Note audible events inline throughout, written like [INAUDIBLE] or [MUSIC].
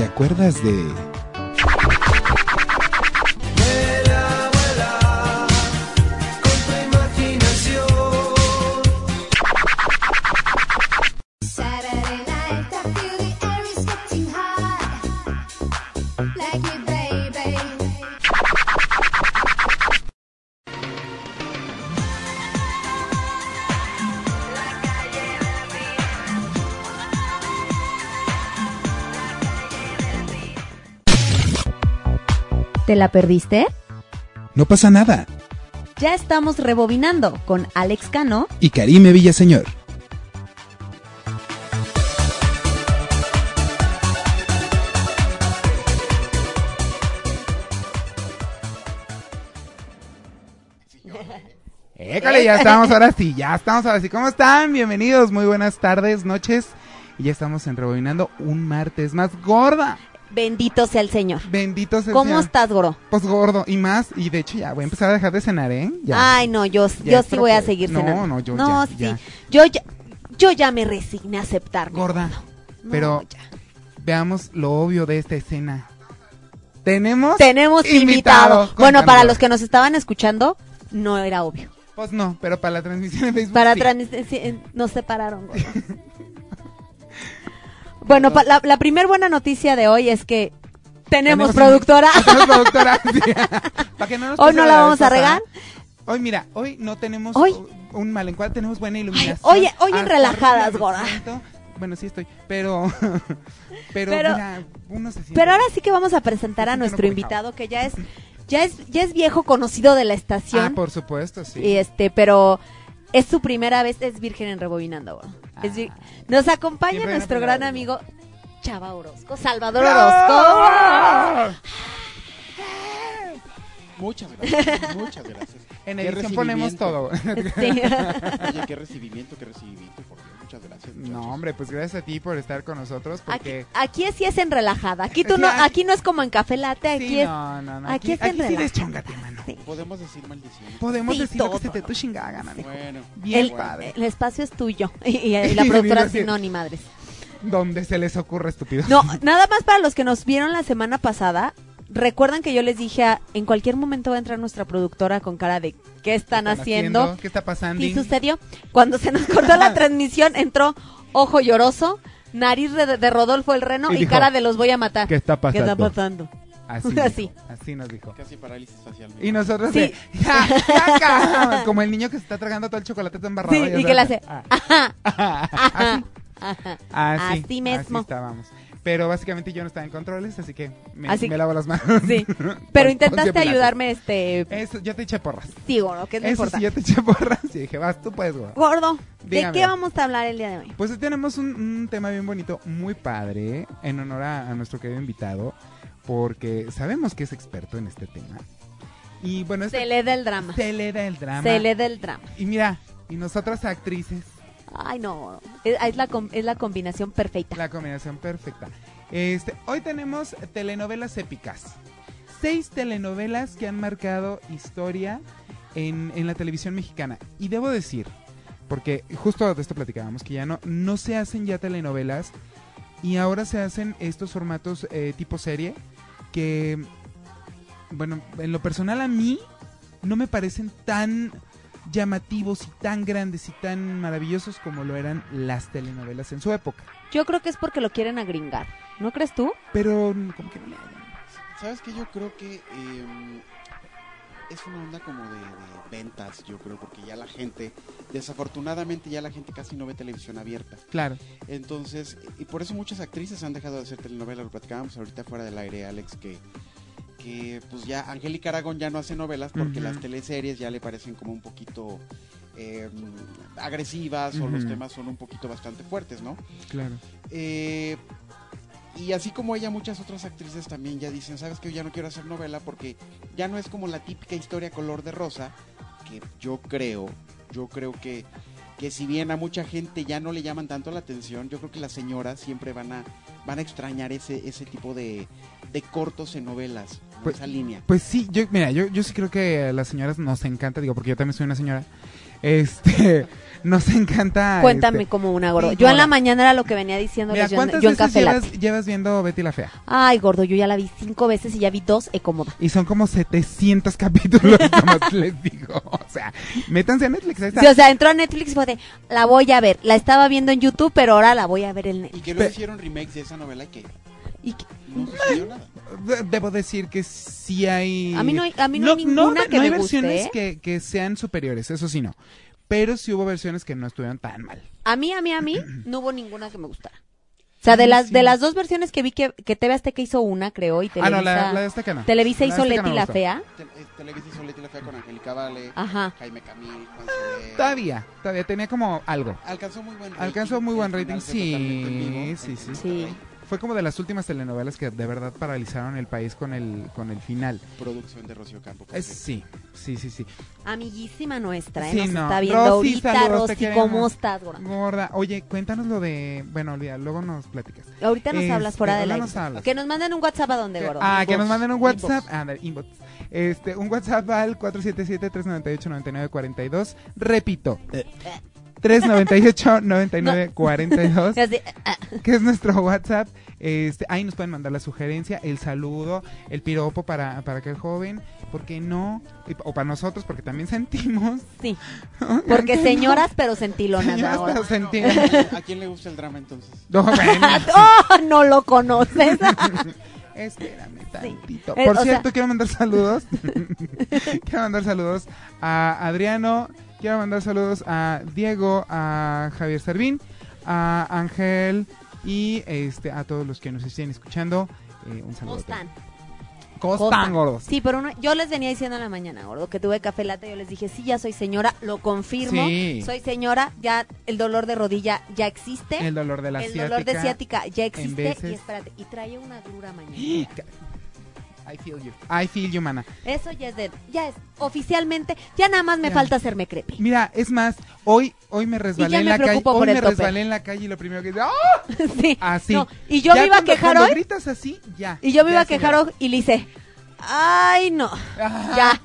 acuerdas de...? ¿Te la perdiste? No pasa nada. Ya estamos rebobinando con Alex Cano Y Karime Villaseñor. Écale, ya estamos ahora sí, ya estamos ahora sí. ¿Cómo están? Bienvenidos, muy buenas tardes, noches. Y ya estamos en Rebobinando un martes más gorda. Bendito sea el Señor. Bendito sea el ¿Cómo Señor. estás, Goro? Pues gordo y más, y de hecho ya voy a empezar a dejar de cenar, ¿eh? Ya. Ay, no, yo, Ya yo es sí voy a propio. seguir No, cenando. no, yo No, ya, sí. ya. Yo ya, yo ya me resigné a aceptarme. Gorda, No, pero ya. veamos lo obvio de esta escena. Tenemos Tenemos invitado. Bueno, Cuéntanos, para gorda. los que nos estaban escuchando, no era obvio. Pues no, pero para la transmisión en Facebook Para sí. transmitir, eh, nos separaron. [LAUGHS] Gordo. bueno, pa- la, la primer buena noticia de hoy es que tenemos, Tenemos productora. [LAUGHS] invi- [LAUGHS] Tenemos productora. Para que no nos hoy pase no la vez vamos a pasada. regar. Hoy, mira, hoy no tenemos Hoy. u- un mal encuadre, tenemos buena iluminación. hoy- hoy en Hasta relajadas, arriba, gorda. siento- Bueno, sí estoy, pero... [LAUGHS] pero, Pero- mira, uno se siente... Pero ahora sí que vamos a presentar Siento a que no nuestro puedo. invitado que ya es ya es ya es viejo conocido de la Ah, estación por supuesto, sí. y este, pero es su primera vez es virgen en rebobinando. bro. Es vir- nos acompaña Ah. Siempre nuestro era gran primera vez, amigo Chava Orozco, Salvador [LAUGHS] Orozco. ¡Bravo! Muchas gracias, muchas gracias. En Qué edición ponemos recibimiento. todo. Sí. Oye, qué recibimiento, qué recibimiento, por Dios, muchas gracias. muchachos. No, hombre, pues gracias a ti por estar con nosotros Aquí, porque... aquí sí es en relajada. Aquí tú Sí, [LAUGHS] no, aquí- aquí no es como en café latte, aquí sí, es no, no, no. Aquí, aquí es en aquí sí relajo. deschóngate, mano. Sí. Podemos decir maldiciones. Podemos Sí, decir lo que se todo. te tu chingada gana, mijo. Bueno, Pues, Bien el, padre. el espacio es tuyo [LAUGHS] y, y- [LAUGHS] y la productora sí, no ni madres. Donde se les ocurre, estúpido. No, nada más para los que nos vieron la semana pasada. Recuerdan que yo les dije, a- en cualquier momento va a entrar nuestra productora con cara de ¿qué están, haciendo? ¿Qué está pasando? Y sucedió. Cuando se nos cortó [LAUGHS] la transmisión, entró ojo lloroso, nariz de, de Rodolfo el Reno Y y, dijo, cara de los voy a matar. ¿Qué está pasando? ¿Qué está pasando? [LAUGHS] Así, Así. dijo, así nos dijo. casi parálisis facial. Y nosotros Sí. de, "Ja, ja, [LAUGHS] ja", como el niño que se está tragando todo el chocolate todo embarrado. Sí, ya y que le hace, sabes. [LAUGHS] ajá, Ah, ajá, así, [LAUGHS] ajá. así, Así así mismo. estábamos. Pero básicamente yo no estaba en controles, así que me, Así- me lavo las manos. Sí. Con- Pero [LAUGHS] con intentaste siempre la- ayudarme, este, Eso, yo te eché porras. sí, gordo, que es lo Eso sí, importante. yo te eché porras. [LAUGHS] Y dije, vas, tú puedes, güey. Gordo, ¿de Dígame. qué vamos a hablar el día de hoy? Pues hoy tenemos un, un tema bien bonito, muy padre, en honor a, a nuestro querido invitado, porque sabemos que es experto en este tema. Y bueno, este- Se le da el drama. se le da el drama. Se le da el drama. Y mira, y nosotras actrices, Ay, no. Es, es la, com- es la combinación perfecta. la combinación perfecta. Este, hoy tenemos telenovelas épicas. Seis telenovelas que han marcado historia en, en la televisión mexicana. Y debo decir, porque justo de esto platicábamos, que ya no, no se hacen ya telenovelas y ahora se hacen estos formatos eh, tipo serie que, bueno, en lo personal a mí no me parecen tan llamativos y tan grandes y tan maravillosos como lo eran las telenovelas en su época. Yo creo que es porque lo quieren agringar. ¿No crees tú? Pero mm, como que no le hallan. ¿Sabes qué? Yo creo que eh, es una onda como de, de ventas, yo creo, porque ya la gente, desafortunadamente ya la gente casi no ve televisión abierta. Claro. Entonces, y por eso muchas actrices han dejado de hacer telenovelas. Lo platicábamos ahorita fuera del aire, Alex, que, que pues ya Angélica Aragón ya no hace novelas porque Ujú. las teleseries ya le parecen como un poquito eh, agresivas o Ujú. los temas son un poquito bastante fuertes, ¿no? Claro. Eh, y así como ella, muchas otras actrices también ya dicen, ¿sabes que Yo ya no quiero hacer novela porque ya no es como la típica historia color de rosa, que yo creo, yo creo que, que si bien a mucha gente ya no le llaman tanto la atención, yo creo que las señoras siempre van a, van a extrañar ese, ese tipo de, de cortos en novelas, ¿no? Pues- esa línea. Pues sí, yo, mira, yo, yo sí creo que a las señoras nos encanta, digo, porque yo también soy una señora. Este, [LAUGHS] nos encanta. Cuéntame este, como una gordo. Sí, Yo en gorda. la mañana era lo que venía diciendo Mira, yo, en- ¿cuántas yo en veces Café llevas, Latte. llevas viendo Betty la Fea? Ay, gordo, yo ya la vi cinco veces y ya vi dos cómoda. Y son como 700 [LAUGHS] capítulos, nomás les digo. O sea, métanse a Netflix. Ahí está. Sí, o sea, entró a Netflix y fue de, la voy a ver. La estaba viendo en YouTube, pero ahora la voy a ver en Y Netflix. que luego Pe- hicieron remakes de esa novela y que Y que- no sucedió nada. De- Debo decir que sí hay... A mí no hay- a mí no hay ninguna que no hay me guste, versiones ¿eh? que, que sean superiores, eso sí no. Pero sí hubo versiones que no estuvieron tan mal. a mí, a mí, a mí, [CLEARS THROAT] no hubo ninguna que me gustara. O sea, de las, de las dos versiones que vi que, que TV Azteca hizo una, creo, y Televisa, Ah, no, la, la de esta cana. Televisa hizo Leti la fea. Fea. Te- eh, Televisa hizo Leti la Fea con Angélica Vale, Ah. Ajá. Jaime Camil, Juan Soler. Todavía, todavía tenía como algo. Alcanzó muy buen rating. Alcanzó muy buen El rating, final fue totalmente en vivo, sí, sí, en sí. Monterrey. Fue como de las últimas telenovelas que de verdad paralizaron el país con el, con el final. Producción de Rocío Campo. por Es- cierto. sí, sí, sí, sí. Amiguísima nuestra, ¿eh? Sí, Nos no. está viendo Rosy, ahorita, saludos, te Rosy, ¿cómo queremos. estás, gorda? Gorda, oye, cuéntanos lo de... Bueno, olvida, luego nos platicas. Ahorita nos Este, hablas fuera del ahora aire. nos hablas. Que nos manden un WhatsApp a donde, Que- gordo. Ah, que Inbox, nos manden un inbox. WhatsApp. Anda, inbox. Este, un WhatsApp al 477-398-9942. Repito, Eh. 398-9942, Y así, ah, que es nuestro WhatsApp. Este, ahí nos pueden mandar la sugerencia, el saludo, el piropo para, para aquel joven, ¿por qué no? Y- o para nosotros, porque también sentimos. sí. Porque señoras, pero [LAUGHS] sentilonas Señoras, ahora. [LAUGHS] pero sentimos. [LAUGHS] ¿A quién le gusta el drama entonces? No, bueno, ¡Oh, no lo [LAUGHS] conoces! Espérame tantito. Eh, Por o sea- cierto, quiero mandar saludos. [LAUGHS] quiero mandar saludos a Adriano, quiero mandar saludos a Diego, a Javier Servín, a Ángel y este a todos los que nos estén escuchando. Eh, un ¿Cómo saludo. están? ¿Cómo ¿Cómo están, están? gordos? Sí, pero uno- yo les venía diciendo en la mañana, gordo, que tuve café late. Yo les dije, sí, ya soy señora, lo confirmo. Sí. Soy señora, ya el dolor de rodilla ya existe. El dolor de la el ciática. dolor de ciática ya en existe. veces. Y espérate, y trae una dura mañana. [GASPS] ¡Ah! I feel you. I feel you, mana. Eso ya es de, ya es oficialmente, ya nada más me Ya. falta hacerme crepe. Mira, es más, hoy hoy me resbalé ya en me la calle, preocupo hoy por me el tope. resbalé en la calle y lo primero que dice, ¡ah! [LAUGHS] sí. Así. No, y yo Ya me iba a cuando- quejar cuando hoy, gritas así, ya. y yo me Ya, iba a quejar señora. hoy, y le hice, ay no, Ajá. ya.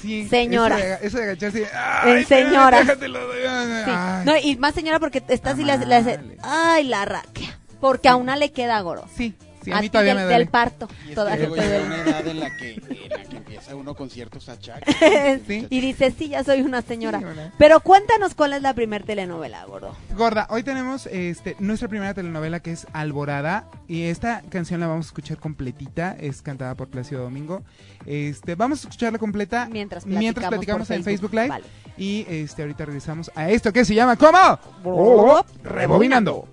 Sí, Señora. Eso de, aga- eso de agacharse. En señora. Sí. Ay. No, y más señora porque está así, le hace, le hace, Tamales. ay, la raquia. Porque a una le queda goro. sí, sí, a a mí ti todavía del, me del duele. parto. Y es Toda que luego te llega duele. [LAUGHS] una edad en la que, en la que empieza uno con ciertos achaques. Sí. Y dice, sí, ya soy una señora. Sí, hola. Pero cuéntanos cuál es la primer telenovela, gordo. Gorda, hoy tenemos este, nuestra primera telenovela que es Alborada. Y esta canción la vamos a escuchar completita. Es cantada por Plácido Domingo. Este, vamos a escucharla completa Mientras platicamos, mientras platicamos por en Facebook Live. Vale. Y este, ahorita regresamos a esto que se llama ¿Cómo? Bro- Rebobinando.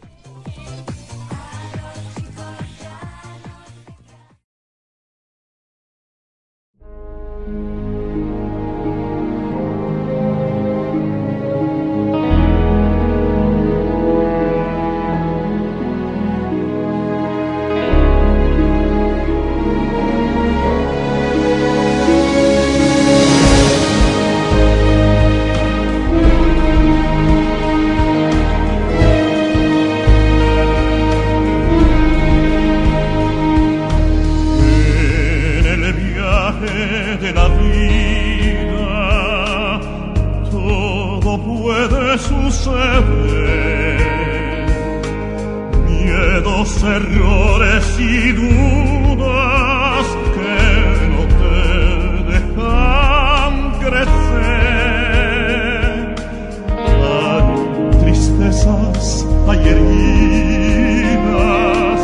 En el viaje de la vida todo puede suceder. Miedos, errores y dudas que no te dejan crecer. Hay tristezas, hay heridas,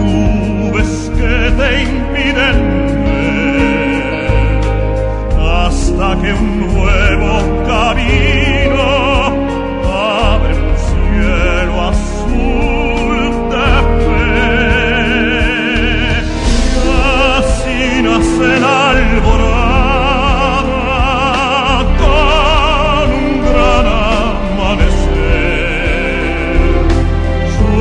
nubes que te impiden ver, hasta que un nuevo camino abre un cielo azul de fe. Así nace la alborada con un gran amanecer. Su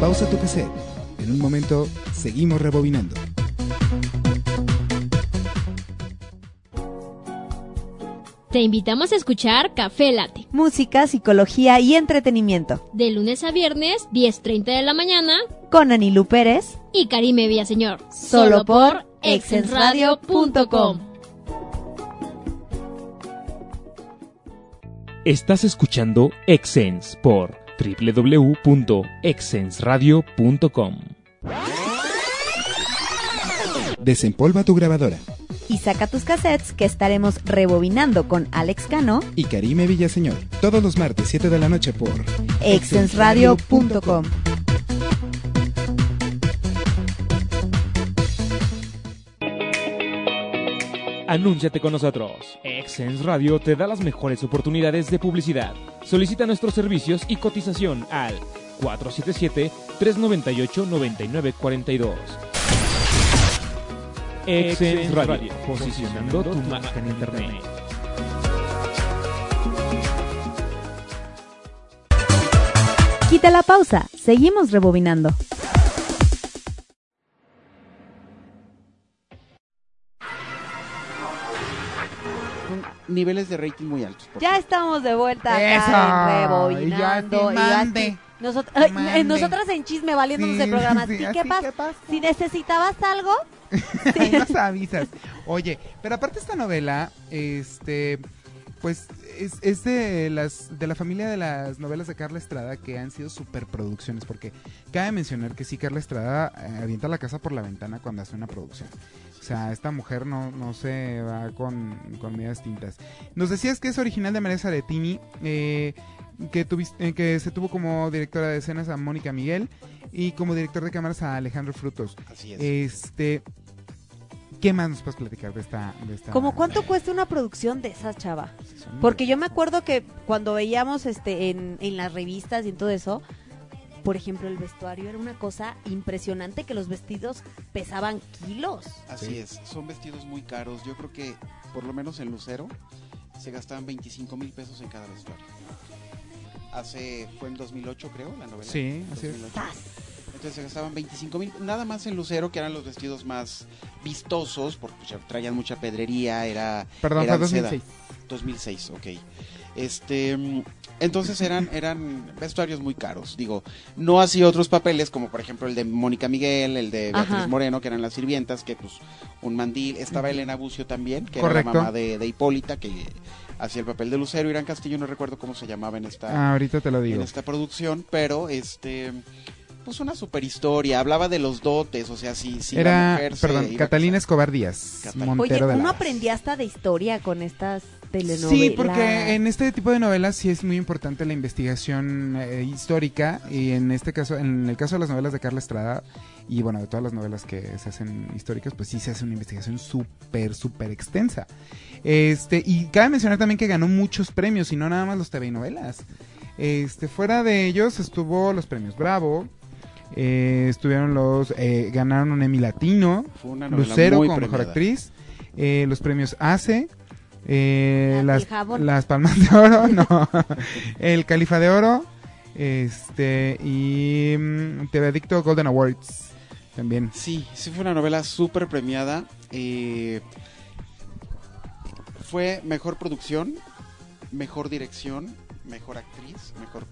pausa tu cassette. En un momento seguimos rebobinando. Te invitamos a escuchar Café Late, Música, psicología y entretenimiento. de lunes a viernes, 10.30 de la mañana, Con Anilú Pérez. y Karime Villaseñor. Solo por exensradio.com. Estás escuchando Exens por www.exensradio.com. Desempolva tu grabadora. Y saca tus cassettes que estaremos rebobinando con Alex Cano. Y Karime Villaseñor. Todos los martes 7 de la noche por exensradio.com. Anúnciate con nosotros. Exens Radio te da las mejores oportunidades de publicidad. Solicita nuestros servicios y cotización al 477-398-9942. Exens Radio, posicionando tu marca en Internet. Quita la pausa. Seguimos rebobinando. Son niveles de rating muy altos. por Ya cierto. estamos de vuelta acá en Eso. rebobinando. Y yo así, y así. mande. Nosot- ay, Mande. eh, nosotras en chisme valiéndonos Sí, el programa. sí, ¿Y así, qué pasa? ¿qué pasa? Si necesitabas algo, [LAUGHS] Ahí nos avisas. Oye, pero aparte esta novela, este, pues es, es de las de la familia de las novelas de Carla Estrada que han sido superproducciones, porque cabe mencionar que sí Carla Estrada eh, avienta la casa por la ventana cuando hace una producción. O sea, esta mujer no, no se va con, con medias tintas. Nos decías que es original de María Saretini, eh, que, tuviste, eh, que se tuvo como directora de escenas a Mónica Miguel y como director de cámaras a Alejandro Frutos. Así es. Este, ¿qué más nos puedes platicar de esta? De esta eh, ¿cómo cuánto cuesta una producción de esa chava? Sí, hombre. Porque yo me acuerdo que cuando veíamos este en, en las revistas y en todo eso, por ejemplo, el vestuario era una cosa impresionante que los vestidos pesaban kilos. Así Sí. es, son vestidos muy caros. Yo creo que, por lo menos en Lucero, se gastaban 25 mil pesos en cada vestuario. Hace, fue en 2008 creo, la novela. Sí, así es. 2008. ¡Sas! Entonces se gastaban 25 mil, nada más en Lucero, que eran los vestidos más vistosos, porque pues, ya traían mucha pedrería, era Perdón, fue Eran 2006. 2006, ok. Este, mm, entonces eran, eran vestuarios muy caros. Digo, no así otros papeles como por ejemplo el de Mónica Miguel, el de Beatriz Ajá. Moreno, que eran las sirvientas, que pues un mandil. Estaba Elena Bucio también, que Correcto. era la mamá de, de Hipólita, que hacía el papel de Lucero. Irán Castillo, no recuerdo cómo se llamaba en esta, Ah, ahorita te lo en digo. esta producción, pero este... Pues una super historia, hablaba de los dotes, o sea, si, si la Era, mujer se perdón, iba a Catalina casar. Escobar Díaz, Catalina. Montero de Oye, la uno Paz. aprendía hasta de historia con estas telenovelas. Sí, porque en este tipo de novelas sí es muy importante la investigación eh, histórica y en este caso, en el caso de las novelas de Carla Estrada y bueno, de todas las novelas que se hacen históricas, pues sí se hace una investigación súper, súper extensa. Este, y cabe mencionar también que ganó muchos premios y no nada más los TV novelas. Este, fuera de ellos estuvo los premios Bravo, eh, estuvieron los, eh, ganaron un Emmy Latino, Fue una novela Lucero muy como mejor premiada. actriz, eh, los premios ACE, eh, Las las, del jabón. las Palmas de Oro, [LAUGHS] no, el Califa de Oro, este, y mm, TV Adicto Golden Awards también. Sí, sí fue una novela súper premiada. eh, fue mejor producción, mejor dirección, mejor actriz, mejor,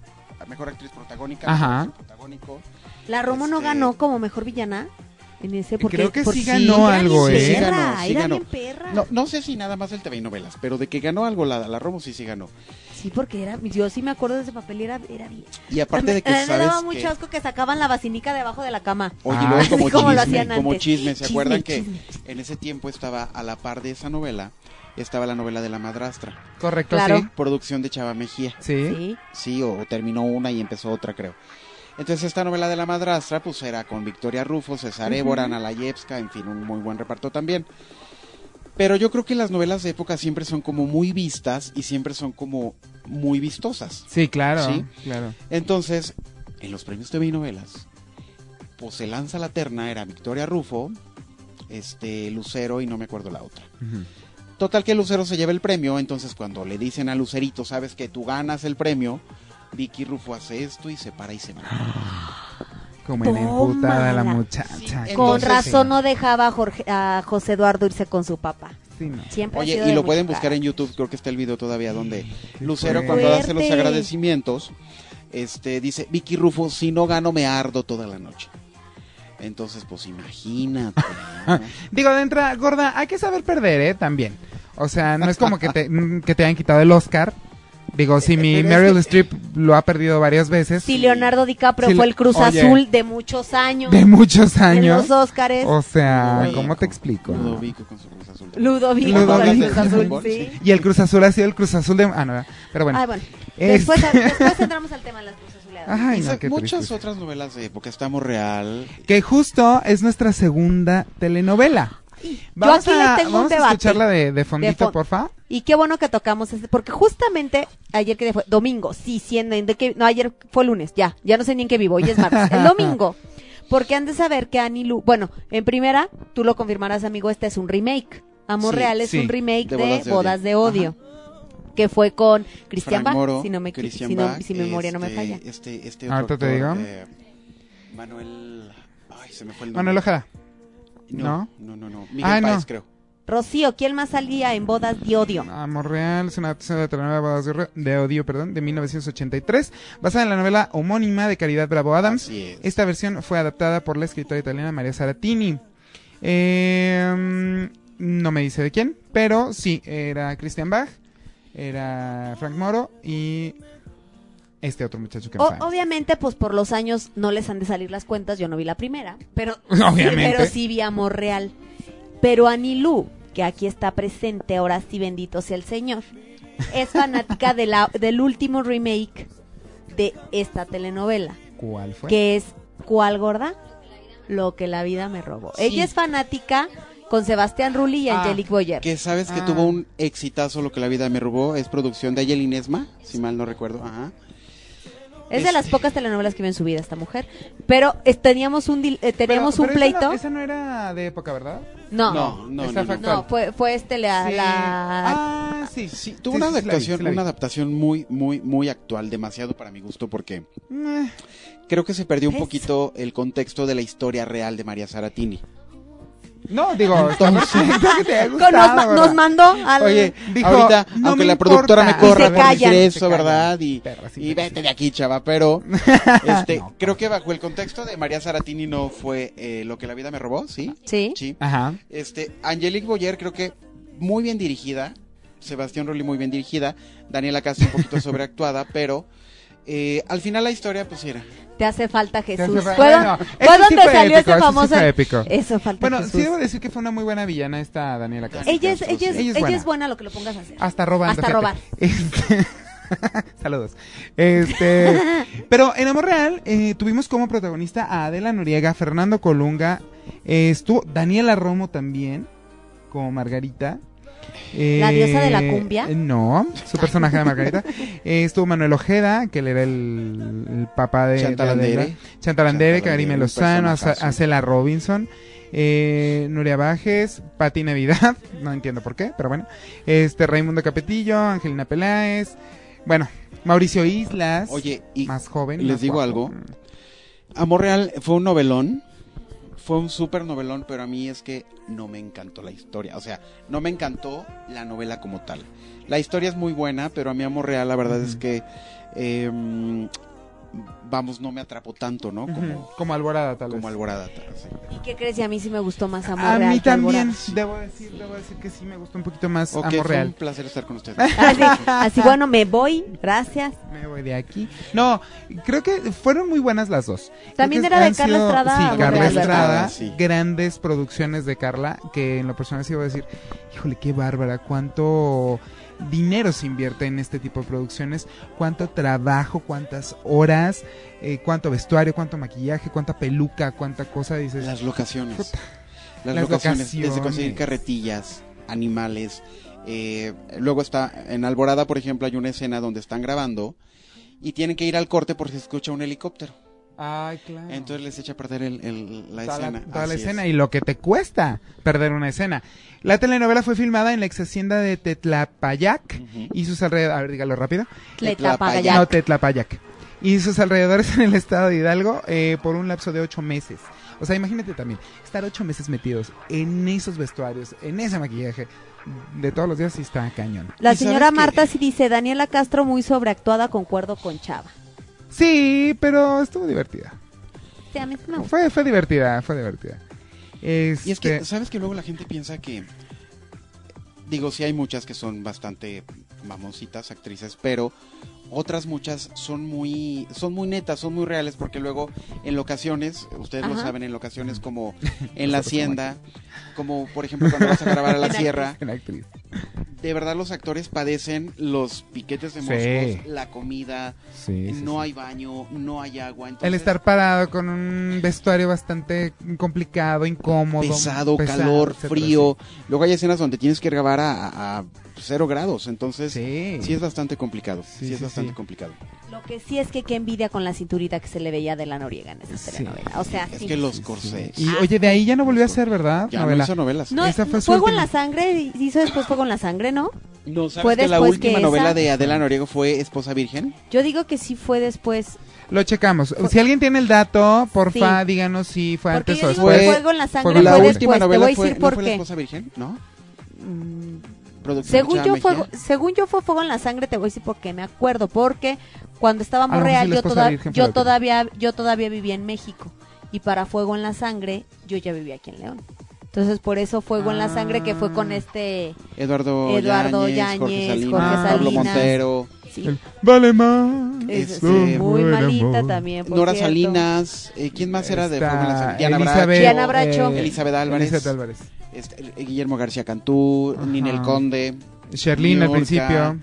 mejor actriz protagónica, mejor Ajá. actor protagónico. La Romo no Este- ganó como mejor villana en ese porque Creo que porque sí ganó era algo, bien ¿eh? Sí perra, ganó, sí era ganó. bien perra. No, no sé si nada más el TV y novelas, pero de que ganó algo la, la Romo sí sí ganó. Sí, porque era yo sí me acuerdo de ese papel era era bien. Y aparte de que A mí me sabes daba que- mucho asco que sacaban la vacinica debajo de la cama. Oye, Ah. luego como, [LAUGHS] Como lo chisme, hacían como antes. chisme, ¿se Chisme, acuerdan que chisme. en ese tiempo estaba a la par de esa novela? Estaba la novela de la madrastra, Correcto, Claro. sí. producción de Chava Mejía. Sí. Sí. Sí, o terminó una y empezó otra, creo. Entonces esta novela de la madrastra, pues era con Victoria Rufo, César Évora, Ana Layevska, en fin, un muy buen reparto también. Pero yo creo que las novelas de época siempre son como muy vistas y siempre son como muy vistosas. Sí, claro, Sí. claro. Entonces, en los premios TV y novelas, pues se lanza la terna, era Victoria Rufo, este, Lucero y no me acuerdo la otra. Ujú. Total que Lucero se lleva el premio, entonces cuando le dicen a Lucerito, sabes Ah. que tú ganas el premio, Vicky Rufo hace esto y se para y se va. como en emputada la Tómala. muchacha. Sí, Con Entonces, razón sí. no dejaba a, Jorge- a José Eduardo irse con su papá. Sí, no. Siempre ha Oye, sido y de lo pueden mucho buscar en YouTube, creo que está el video todavía donde Qué Lucero fuerte. cuando hace los Fuerte. agradecimientos, este dice, Vicky Rufo, si no gano me ardo toda la noche. Entonces, pues imagínate. [LAUGHS] ¿no? Digo, de entrada, gorda, hay que saber perder, ¿eh? También. O sea, no es como que te, mm, que te hayan quitado el Oscar. Digo, si mi Eh, Pero es Meryl que- Streep lo ha perdido varias veces. Si Leonardo DiCaprio Sí, fue el Cruz oye. Azul de muchos años, De muchos de años. los Óscares, O sea, Ludovico. ¿cómo te explico? Ludovico con su cruz azul. Ludovico, Ludovico. con el Cruz Ludovico. Azul, sí. Y el Cruz Azul ha sido el Cruz Azul de... Ah, no, pero bueno. Ay, bueno. Es- Después, [LAUGHS] después entramos al tema de las Cruz Azuleadas. Ay, Y no, sa- qué muchas tristeza. otras novelas de época, estamos real. Que justo es nuestra segunda telenovela. Vamos aquí le a, tengo un vamos a debate. escucharla de, de fondito, fon- porfa. Y qué bueno que tocamos este, porque justamente ayer que fue, domingo, sí, siendo, en de qué- no, ayer fue lunes, ya, ya no sé ni en qué vivo, hoy es [LAUGHS] martes, el domingo. Porque han de saber que Annie Lu, bueno, en primera, tú lo confirmarás, amigo, este es un remake. Amor Sí, Real es sí, un remake de, de Bodas de Odio. Bodas de Odio. Que fue con Cristian Frank Bach, Moro, si no me Christian si, no- Bach, si mi memoria no me este- falla. Este, este Ah, Ahorita otro te actor, digo. eh, Manuel... Ay, se me fue el nombre. Manuel Ojeda. No, no, no. no. Miguel Ah, no. Páez, creo. Rocío, ¿quién más salía en Bodas de Odio? Amor Real es una adaptación de la telenovela Bodas de Oro- de Odio, perdón, de 1983, basada en la novela homónima de Caridad Bravo Adams. Así es. Esta versión fue adaptada por la escritora italiana María Saratini. Eh, no me dice de quién, pero sí, era Christian Bach, era Frank Moro y este otro muchacho que me O- falla. obviamente, pues por los años no les han de salir las cuentas, yo no vi la primera, [LAUGHS] pero, Obviamente. pero sí vi Amor Real. Pero Anilú, que aquí está presente, ahora sí bendito sea el Señor, [LAUGHS] es fanática de la, del último remake de esta telenovela, ¿Cuál fue? que es ¿Cuál gorda? Lo que la vida me robó. Sí. Ella es fanática con Sebastián Rulli y Ah, Angelique Boyer. Que sabes que Ah. tuvo un exitazo Lo que la vida me robó, es producción de Ayel Inesma, si mal no recuerdo, ajá. Es de las pocas telenovelas que vi en su vida esta mujer. Pero eh, teníamos un, dil- eh, teníamos Pero- un pero esa pleito. no- Esa no, era de época, ¿verdad? No. No, no, Esa fue no, no. actual. No, fue, fue este la, Sí. la- Ah, sí. Sí, tuvo Sí, una sí, sí la vi, adaptación, sí la vi. una adaptación muy, muy, muy actual, demasiado para mi gusto, porque Eh, creo que se perdió un ¿Ves? poquito el contexto de la historia real de María Saratini. No, [LAUGHS] digo, espero que te haya Con- nos, ma- gustado, nos ¿verdad? mandó al Oye, dijo, Ahorita, no aunque me la productora importa. me Y corra se por decir callan. Se eso, callan, ¿verdad? Y, perras y infelices. vete de aquí, chava, [LAUGHS] pero este, No. creo que bajo el contexto de María Saratini no fue eh, lo que la vida me robó, ¿sí? ¿Ah, Sí. Sí. Ajá. Este, Angelique Boyer creo que muy bien dirigida, Sebastián Rulli muy bien dirigida, Daniela Castro un [LAUGHS] poquito sobreactuada, pero eh, al final la historia pues era. Te hace falta Jesús. Te hace fa- Fue, bueno, don- eso fue sí donde fue salió épico, ese eso sí famoso. fue épico. Eso falta Bueno, Jesús. sí debo decir que fue una muy buena villana esta Daniela Castro. ella es, ella es, Ella es ella buena. Ah, es buena lo que lo pongas a hacer. Hasta robar. Eh, Hasta robar. [LAUGHS] Este- Saludos. [LAUGHS] Este, pero en Amor Real eh, tuvimos como protagonista a Adela Noriega, Fernando Colunga, eh, estuvo Daniela Romo también, como Margarita. ¿La Eh, diosa de la cumbia? eh, No, su personaje de [LAUGHS] Margarita. Eh, estuvo Manuel Ojeda, que él era el, el papá de Chantal de Adela. Andere. Chantal Andere, Chantal Andere, Karime un Lozano, personajazo. Aza- Acela Robinson, eh, Nuria Bajes, Pati Navidad, [LAUGHS] no entiendo por qué, pero bueno, este Raimundo Capetillo, Angelina Peláez, bueno, Mauricio Islas, Oye, y más joven. les más digo guapo. algo. Amor Real fue un novelón, fue un súper novelón, pero a mí es que no me encantó la historia, o sea, no me encantó la novela como tal. La historia es muy buena, pero a mí Amor Real la verdad es que, em, vamos, no me atrapó tanto, ¿no? Ujú, Como, Como, Alborada, tal vez. como Alborada. tal, sí. ¿Y qué crees? Y a mí sí me gustó más Amor A Real mí que Alborada. también, debo decir, debo decir que sí me gusta un poquito más Ok, Amor fue Real. un placer estar con ustedes. [LAUGHS] [LAUGHS] Así, así, bueno, me voy, gracias. Me voy de aquí. No, creo que fueron muy buenas las dos. Creo También que era de han Carla Estrada, Sí, Amor Carla Real, ¿verdad? Estrada. Sí. Grandes producciones de Carla, que en lo personal sí iba a decir, híjole, qué bárbara, cuánto dinero se invierte en este tipo de producciones, cuánto trabajo, cuántas horas, eh, cuánto vestuario, cuánto maquillaje, cuánta peluca, cuánta cosa dices. Las locaciones. Puta. Las, Las locaciones. locaciones. Desde conseguir carretillas, animales. eh, luego está en Alborada, por ejemplo, hay una escena donde están grabando y tienen que ir al corte porque se escucha un helicóptero. Ay, claro. Entonces les echa a perder el- el- la Ah. toda la- escena. toda la Así es. escena y lo que te cuesta perder una escena. La telenovela fue filmada en la ex hacienda de Tetlapayac Ujú. y sus alrededores. A ver, dígalo rápido. Le tapa Tlapayac. ya. No, Tetlapayac. y sus alrededores [LAUGHS] en el estado de Hidalgo eh, por un lapso de ocho meses. O sea, imagínate también, estar ocho meses metidos en esos vestuarios, en ese maquillaje de todos los días, sí está cañón. La ¿Y sabes señora qué? Marta sí dice, Daniela Castro muy sobreactuada, concuerdo con Chava. Sí, pero estuvo divertida. Sí, a mí sí me gusta. Fue, fue divertida, fue divertida. Y es que, Este, ¿sabes que luego la gente piensa que... Digo, sí hay muchas que son bastante mamoncitas actrices, pero otras muchas son muy son muy netas, son muy reales, porque luego en locaciones, ustedes lo Ajá. saben, en locaciones [LAUGHS] como en la hacienda, como por ejemplo cuando vas a grabar a la En la- sierra, en la actriz. de verdad los actores padecen los piquetes de Sí. moscos, la comida, Sí, sí, no sí. hay baño, no hay agua. Entonces, El estar parado con un vestuario bastante complicado, incómodo. pesado, pesado, calor, etcétera, frío. Luego hay escenas donde tienes que grabar a, a- a cero grados, entonces sí. Sí. es bastante complicado. Sí, Sí, es sí, bastante sí. complicado. Lo que sí es que qué envidia con la cinturita que se le veía de la Noriega en esa Sí. telenovela. O sea, Es sí. que los Sí. corsés. Y oye, de ahí ya no volvió a hacer, ¿verdad? Ya novela. no hizo novelas. No, Esa fue su Fuego en última. la sangre, hizo después Fuego en la sangre, ¿no? No, ¿sabes fue que la después última que novela esa? de Adela Noriego fue Esposa Virgen? Yo digo que sí fue después. Lo checamos. Si alguien tiene el dato, porfa, Sí. díganos si fue Porque antes yo o digo que después. Fuego en la sangre Fuego en fue la después. última Te voy a fue, decir ¿no por fue la qué. Esposa Virgen, ¿no? Mm, Producción de Según Chava yo, Mejía. fuego, según yo fue fuego en la sangre, te voy a decir porque me acuerdo, porque cuando estaba A lo mejor Morrea sí la yo, esposa toda- virgen fue la yo última. todavía yo todavía vivía en México y para Fuego en la sangre yo ya vivía aquí en León. Entonces por eso Fuego en la sangre que fue con Ah. este Eduardo, Eduardo Yáñez, Jorge Yáñez, Salinas, Jorge Pablo Salinas. Montero, sí, El- Vale más. es- este, sí, muy Buen malita amor. también, por Nora cierto. Salinas, eh, ¿quién más era de Está Fuego en la Sangre? Diana Elizabeth, eh, Bracho. Diana Bracho. Elizabeth Álvarez. Elizabeth Álvarez. Este, eh, Guillermo García Cantú, Ajá. Ninel Conde, Sherlyn al Niurka, principio.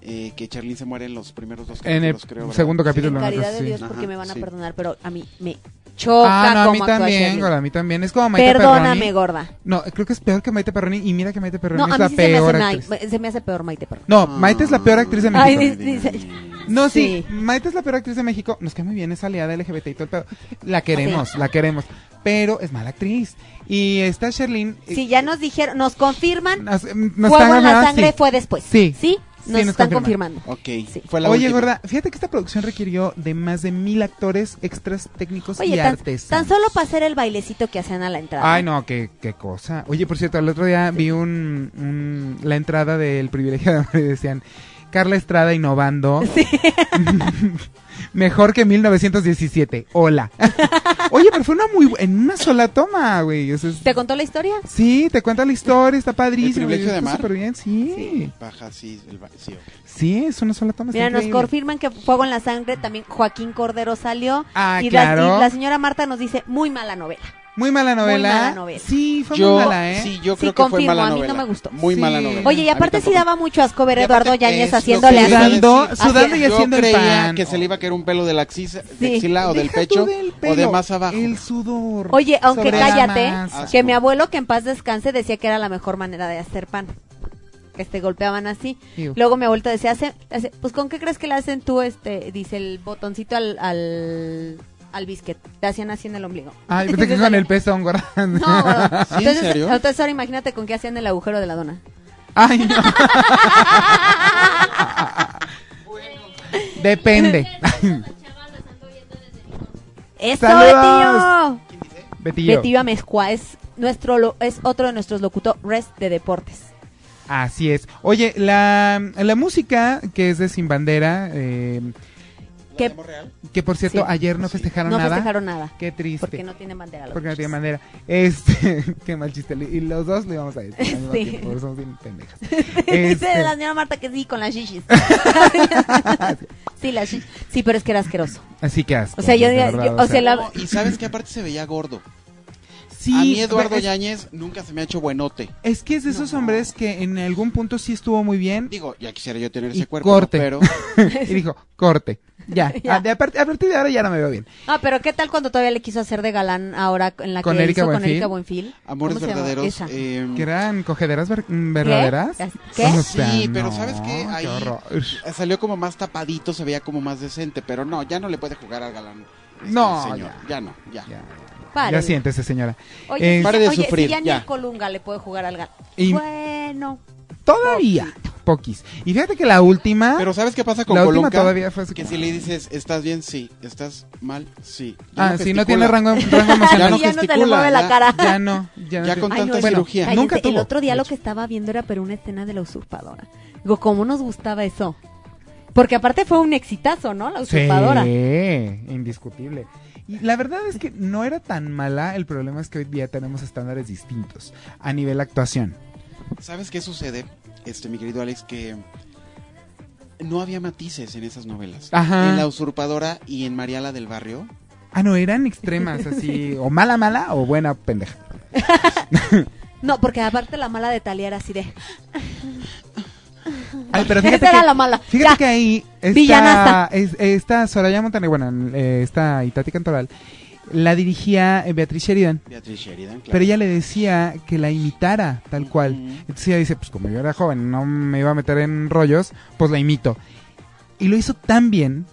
eh, que Charlene se muere en los primeros dos En el capítulos, creo. ¿verdad? segundo Sí. capítulo. En una caridad cosa de Dios así. sí. porque me van a Ajá, sí. perdonar, pero a mí me choca Ah, no, a mí cómo actúa también, Shirley. gorda, a mí también. Es como Maite Perdóname, Perroni. gorda. No, creo que es peor que Maite Perroni. Y mira que Maite Perroni No, es a la mí sí se me, hace peor Nai- actriz. se me hace peor Maite Perroni. No, Maite es la peor actriz de México. Ay, dice- No, sí. Sí. Maite es la peor actriz de México. Nos cae muy bien, es aliada LGBT y todo el pedo. La queremos, la queremos. Pero es mala actriz. Y está Sherlyn. eh, Sí, ya nos dijeron, nos confirman. Nos, em, nos fuego están en la hablando, sangre sí. fue después. Sí. Sí, nos, nos están confirman. confirmando. Ok, Sí. fue la Oye, última. gorda, fíjate que esta producción requirió de más de mil actores, extras técnicos Oye, y tan, artesanos. tan solo para hacer el bailecito que hacían a la entrada. Ay, no, qué, qué cosa. Oye, por cierto, el otro día vi un, un- la entrada del privilegio de amor y [LAUGHS] decían Carla Estrada innovando. [LAUGHS] Mejor que 1917. [LAUGHS] Hola. Oye, pero fue una muy bu- en una sola toma, güey. O sea, es- ¿Te contó la historia? sí, te cuenta la historia, está padrísimo. ¿El privilegio está de amar? súper bien, sí. Baja, sí, el ba- sí, ok. Sí, es una sola toma. está Mira, nos increíble. confirman que Fuego en la Sangre también Joaquín Cordero salió. Ah, y, la, claro. y la señora Marta nos dice, muy mala novela. Muy mala novela. mala novela. Sí, fue Yo, muy mala, ¿eh? sí, yo Sí, creo que fue confirmo, mala a mí no novela. me gustó. Muy Sí. mala novela. Oye, y A mí aparte sí tampoco. daba mucho asco ver a Y Eduardo aparte es Yáñez lo haciéndole que iba a así. Sudando, decir. sudando y Hacia- Yo haciendo el creía pan. que se le iba a caer un pelo de la axila, Sí. de axila o del Deja tú pecho del o de pelo, más abajo. El sudor. Oye, aunque sobre la cállate, masa. que mi abuelo, que en paz descanse, decía que era la mejor manera de hacer pan. Que te golpeaban así. Iu. Luego mi abuelito decía, hace, hace- pues ¿con qué crees que le hacen tú este, dice el botoncito al, al, al biscuit? Le hacían así en el ombligo. Ay, pensé que con el pezón, gorda. eh, No, gordo. ¿Sí, en entonces, serio? entonces ahora imagínate con qué hacían el agujero de la dona. [LAUGHS] Ay, no. [LAUGHS] Depende. ¡Eso, ¡Saludos! Betillo! Betillo. Betillo Amezcua es, nuestro, lo- es otro de nuestros locutores de deportes. Así es. Oye, la, la música que es de Sin Bandera, eh, Que que por cierto Sí. ayer no festejaron no nada. festejaron nada. Qué triste. Porque no tienen bandera. los Porque no bichos. tiene manera. Este, [LAUGHS] qué mal chiste. Y los dos le íbamos a decir. al mismo Sí. tiempo, porque somos bien [LAUGHS] pendejas. Dice Este, la señora Marta que sí, con las shishis. [LAUGHS] sí, las shishis. Sí, pero es que era asqueroso. así que asco, O sea, yo, de diría- verdad, yo- o sea, la- Y sabes que aparte se veía gordo. sí, a mí Eduardo es- Yáñez nunca se me ha hecho buenote. Es que es de esos hombres que en algún punto sí estuvo muy bien Digo, ya quisiera yo tener Y ese cuerpo, corte. pero y dijo, corte. Ya, [LAUGHS] Ya. A, de- a part- a partir de ahora ya no me veo bien. Ah, pero ¿qué tal cuando todavía le quiso hacer de galán ahora en la Con que Erika hizo con Buenfil? Erika Buenfil? Amores ¿Cómo se llama? verdaderos Esa. eh, ¿Que eran cogederas ver- mm, verdaderas? ¿Qué? O Sí, pero ¿sabes qué? Ahí- horror. eh, salió como más tapadito, se veía como más decente, pero no, ya no le puede jugar al galán. este No, señor. ya. ya no, ya. Ya, Paren. ya siéntese, señora. Oye, Eh, si- Pare de oye, sufrir, si ya, ni ya. a Colunga le puede jugar al galán. Y- Bueno, Todavía. Poquis. Y fíjate que la última. Pero ¿sabes qué pasa con la última Colunca? todavía fue así Que como- si le dices, ¿estás bien? Sí. ¿Estás mal? Sí. Ah, Ya sí, no gesticula. tiene rango, rango [LAUGHS] Ya emocional. no Ay, [LAUGHS] ya no se le gesticula, mueve ya- la cara. Ya no. Ya, Ya no. con Ay, tanta no, bueno, cirugía. Cállate, Nunca El tuvo, otro día de lo hecho. que estaba viendo era pero una escena de la usurpadora. Digo, ¿cómo nos gustaba eso? Porque aparte fue un exitazo, ¿no? La usurpadora. Sí, indiscutible. Y la verdad es que no era tan mala, el problema es que hoy día tenemos estándares distintos a nivel actuación. ¿Sabes qué sucede, este, mi querido Alex? Que no había matices en esas novelas. Ajá. En La Usurpadora y en Mariala del Barrio. Ah, no, eran [LAUGHS] extremas, así, o mala mala o buena pendeja. No, porque aparte la mala de Talia era así de... Ay, pero fíjate Esa era que- la mala. Fíjate Ya. que ahí esta, Villanasta. es- esta Soraya Montenegro, bueno, eh, esta Itati Cantoral, la dirigía eh, Beatriz Sheridan, Beatriz Sheridan, claro. pero ella le decía que la imitara tal cual. Ujú. Entonces ella dice, pues como yo era joven, no me iba a meter en rollos, pues la imito. Y lo hizo tan bien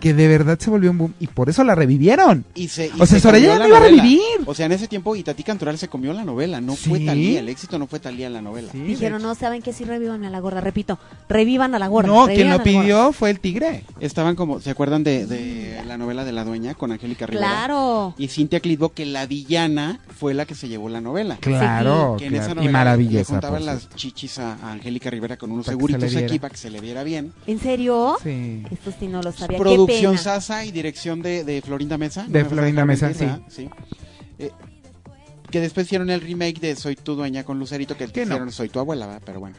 que de verdad se volvió un boom y por eso la revivieron. Y se, y O sea, se Soraya comió ya la no iba a novela. revivir. O sea, en ese tiempo Itatí Cantoral se comió la novela, no Sí. fue Talía, el éxito no fue Talía la novela. Sí, de Dijeron, hecho. no, ¿saben qué? Sí revivan a la gorda. Repito, revivan a la gorda. No, quien revivan a lo la gorda. pidió fue el tigre. Estaban como, ¿se acuerdan de, de la novela de La Dueña con Angélica Rivera? Claro. Y Cintia Clitbo, que la villana fue la que se llevó la novela. Claro, Que en esa claro. novela y le maravillosa. juntaban por las cierto. chichis a, a Angélica Rivera con unos Para que se seguritos le viera. aquí para que se le viera bien. ¿En serio? Sí. Esto sí no lo sabía. Producción qué pena. Sasa y dirección de, de Florinda Mesa. De me vas a Florinda dejar Mesa, ¿verdad? Sí. Eh, que después hicieron el remake de Soy tu dueña con Lucerito, que Que no. hicieron Soy tu abuela, ¿verdad? pero bueno.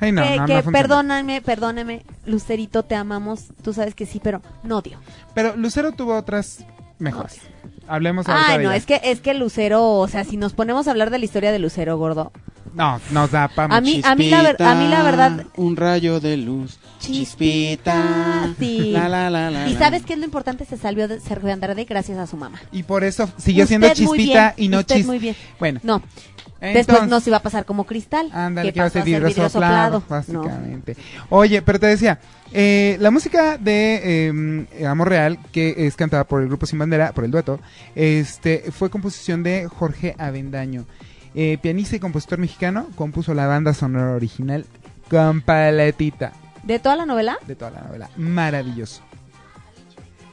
Ay, no, Que- no, no que funcionó. perdóname, perdóname, Lucerito, te amamos, tú sabes que sí, pero no odio. Pero Lucero tuvo otras mejores. Hablemos ahorita Ay, de no, ella. es que es que Lucero, o sea, si nos ponemos a hablar de la historia de Lucero, gordo, No, nos da para A mí- a mí la ver- a mí la verdad- Un rayo de luz. Chispita. Chispita, sí. La, la, la, la, Y la. sabes qué es lo importante, se salvió de Sergio Andrade gracias a su mamá. Y por eso siguió siendo Usted muy chispita bien, y no usted chis. muy bien. Bueno, No, entonces- después no se iba a pasar como cristal. Ándale, que que iba a pasó ser vidrio soplado, No. básicamente. Oye, pero te decía, eh, la música de eh, Amor Real, que es cantada por el grupo Sin Bandera, por el dueto, este, fue composición de Jorge Avendaño. Eh, pianista y compositor mexicano, compuso la banda sonora original con paletita ¿De toda la novela? de toda la novela. Maravilloso.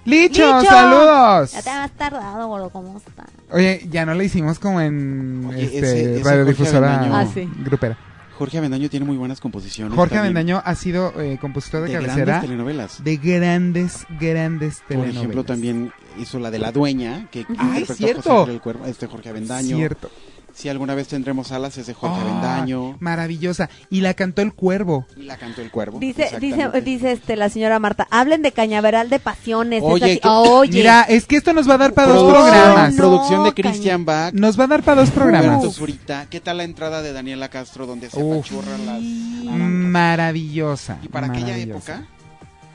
¡Licho, ¡Licho! saludos! Ya te has tardado, gordo, ¿cómo estás? Oye, ya no la hicimos como en Oye, este, ese- ese radiodifusora Jorge Avendaño. Ah, sí. grupera. Jorge Avendaño tiene muy buenas composiciones. Jorge también. Avendaño ha sido eh, compositor de, de cabecera grandes telenovelas. de grandes, grandes Por telenovelas. ejemplo, también hizo la de La Dueña, que Ay, interpretó a cierto. José Ángel el Cuervo, este Jorge Avendaño. Cierto. Si alguna vez tendremos alas, es de Jorge Ah, Avendaño. Maravillosa. Y la cantó el cuervo. La cantó el Oh, cuervo. Dice, dice, exactamente. dice este, la señora Marta, hablen de cañaveral de pasiones. es Oye, así, que- oye. Mira, es que esto nos va a dar para dos Producción- Uh. programas. No, Producción de cañón. Christian Bach. Nos va a dar para dos programas. Roberto Zurita. ¿Qué tal la entrada de Daniela Castro donde se Uf. apachurran Pues las naranjas? Maravillosa. Y para aquella maravillosa. época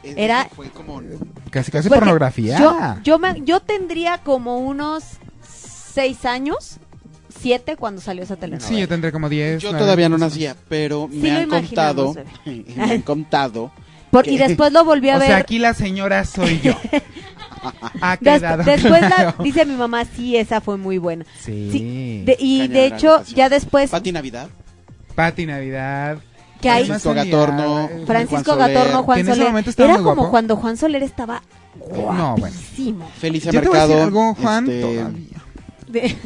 es- Era- fue como Casi, casi Porque pornografía. Yo, yo, me- yo tendría como unos seis años, siete cuando salió esa telenovela. sí, yo tendré como 10. yo nueve. todavía no nacía, pero me lo han contado, [LAUGHS] imaginamos, me han contado Por- y que- después lo volví a O ver. sea, aquí la señora soy [LAUGHS] yo. ha Des- quedado después la- [LAUGHS] claro. dice mi mamá, sí, esa fue muy buena. Sí. Sí, de- y de Cañaveral de hecho, Pasiones. ya después Pati Navidad, Pati Navidad. que hay Además, Francisco Gatorno, Juan Francisco Soler, Gatorno, que Juan en ese Soler, momento estaba era muy como guapo. cuando Juan Soler estaba No, bueno. guapísimo. Felicia Yo te voy a Mercado. decir algo, Juan, este, [LAUGHS] todavía. De-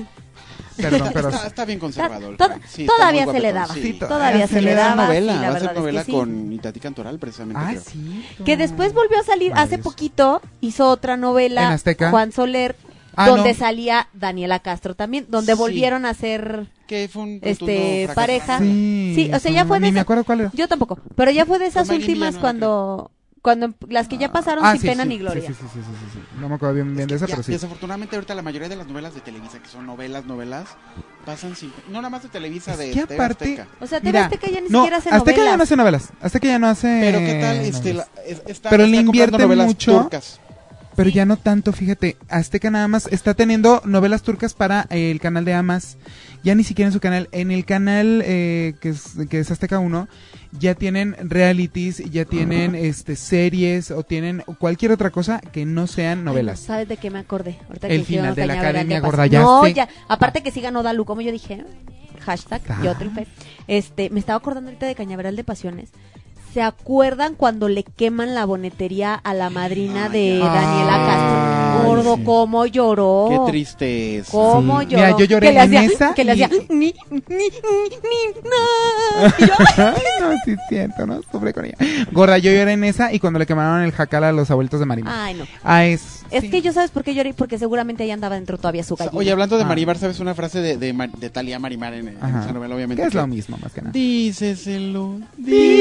Perdón, está, [LAUGHS] pero está- está bien conservado. el to- Frank. Sí, está todavía muy se le guapetón, daba. Sí, to- Todavía se le Va a hacer daba. sí, novela, la va a verdad hacer es que novela sí. con Itati Cantoral, precisamente. Ah, creo. sí. Que después volvió a salir hace Maravilloso. poquito, hizo otra ¿En novela, Azteca? Juan Soler, Ah, donde no. salía Daniela Castro también, donde Sí. volvieron a ser, Que fue un rotundo este, fracaso. pareja. Sí, Sí, o sea, ya no, fue de Ni me esa- acuerdo cuál era. Yo tampoco, pero ya fue de esas Maylin últimas Villanueva, cuando, cuando las que ya pasaron Ah, sin sí, pena sí, ni sí, gloria. Sí, sí, sí, sí, sí, sí. No me acuerdo bien, bien de esa, Ya, pero sí. Desafortunadamente ahorita la mayoría de las novelas de Televisa, que son novelas, novelas, pasan sin... No nada más de Televisa, Es de que TV aparte- Azteca. O sea, te Mira, que ya ni no, siquiera hace Azteca ya no novelas. hace novelas. Azteca ya no hace. Pero qué tal, eh, este, novelas. la- es- está- Pero está le comprando invierte novelas mucho. turcas. Pero ya no tanto, fíjate. Azteca nada más está teniendo novelas turcas para eh, el canal de Amas. Ya ni siquiera en su canal. En el canal eh, que, es, que es Azteca 1, ya tienen realities, ya tienen este series o tienen cualquier otra cosa que no sean Ay, no novelas. ¿Sabes de qué me acordé? Ahorita El que dijeron final de la Cañaveral Academia de Paz- Gorda, ya No, sé. ya. Aparte que sí ganó Dalu, como yo dije. hashtag Ah. yo triunfé. Este, me estaba acordando ahorita de Cañaveral de Pasiones. ¿Se acuerdan cuando le queman la bonetería a la madrina de ya. Daniela Ay, Castro? Gordo, sí. cómo lloró. Oh, Qué triste es. ¿Cómo Sí. lloró? Mira, yo lloré que le en hacía, esa Que le y- hacía, [LAUGHS] [LAUGHS] ni, ni, ni, ni, no. Y yo, Ay, no, sí siento, ¿no? Sobre con ella. Gorda, yo lloré en esa y cuando le quemaron el jacal a los abuelitos de Marimar. Ay, no. Ah, es. Es sí. que yo sabes por qué lloré, porque seguramente ahí andaba dentro todavía su O sea, gallina. Oye, hablando de Ah. Marimar, ¿sabes una frase de, de, Mar- de Talía Marimar en, en Ajá. esa novela, obviamente? Que es lo que- mismo, más que nada. Díceselo.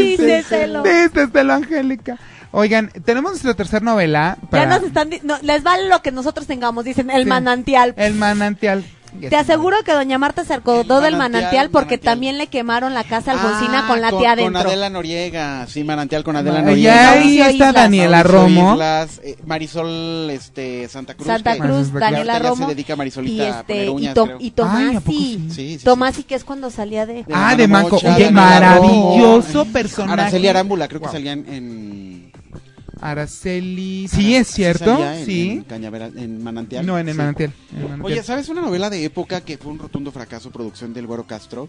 Díceselo. Díceselo, Angélica. Oigan, tenemos nuestra tercera novela. ya para- nos están, di- no, les vale lo que nosotros tengamos, dicen el Sí. manantial. El manantial. Te aseguro que doña Marta se acordó El del manantial, manantial porque manantial. también le quemaron la casa alfonsina Ah, con la tía Con adentro. Adela Noriega. Sí, Manantial con Adela Ay, Ya Noriega. ahí Mauricio está Islas. Daniela Mauricio Romo. Islas, eh, Marisol este, Santa Cruz. Santa que- Cruz, Ahorita Daniela ya se Romo dedica Marisolita y a poner este y, uñas, Tom- creo. y Ay, ¿a poco Tomasi. sí? Sí, sí, Tomasi que es cuando salía de De Ah, Mano de Manco. Mocha, Oye, Daniela Romo. maravilloso personaje. Araceli Arámbula, creo que Wow. salía en... en- Araceli. Sí, es cierto. salía en- En, Sí. Cañaveral- en Manantial. No, en el Sí. manantial. en el manantial. Oye, ¿sabes una novela de época que fue un rotundo fracaso, producción del Güero Castro?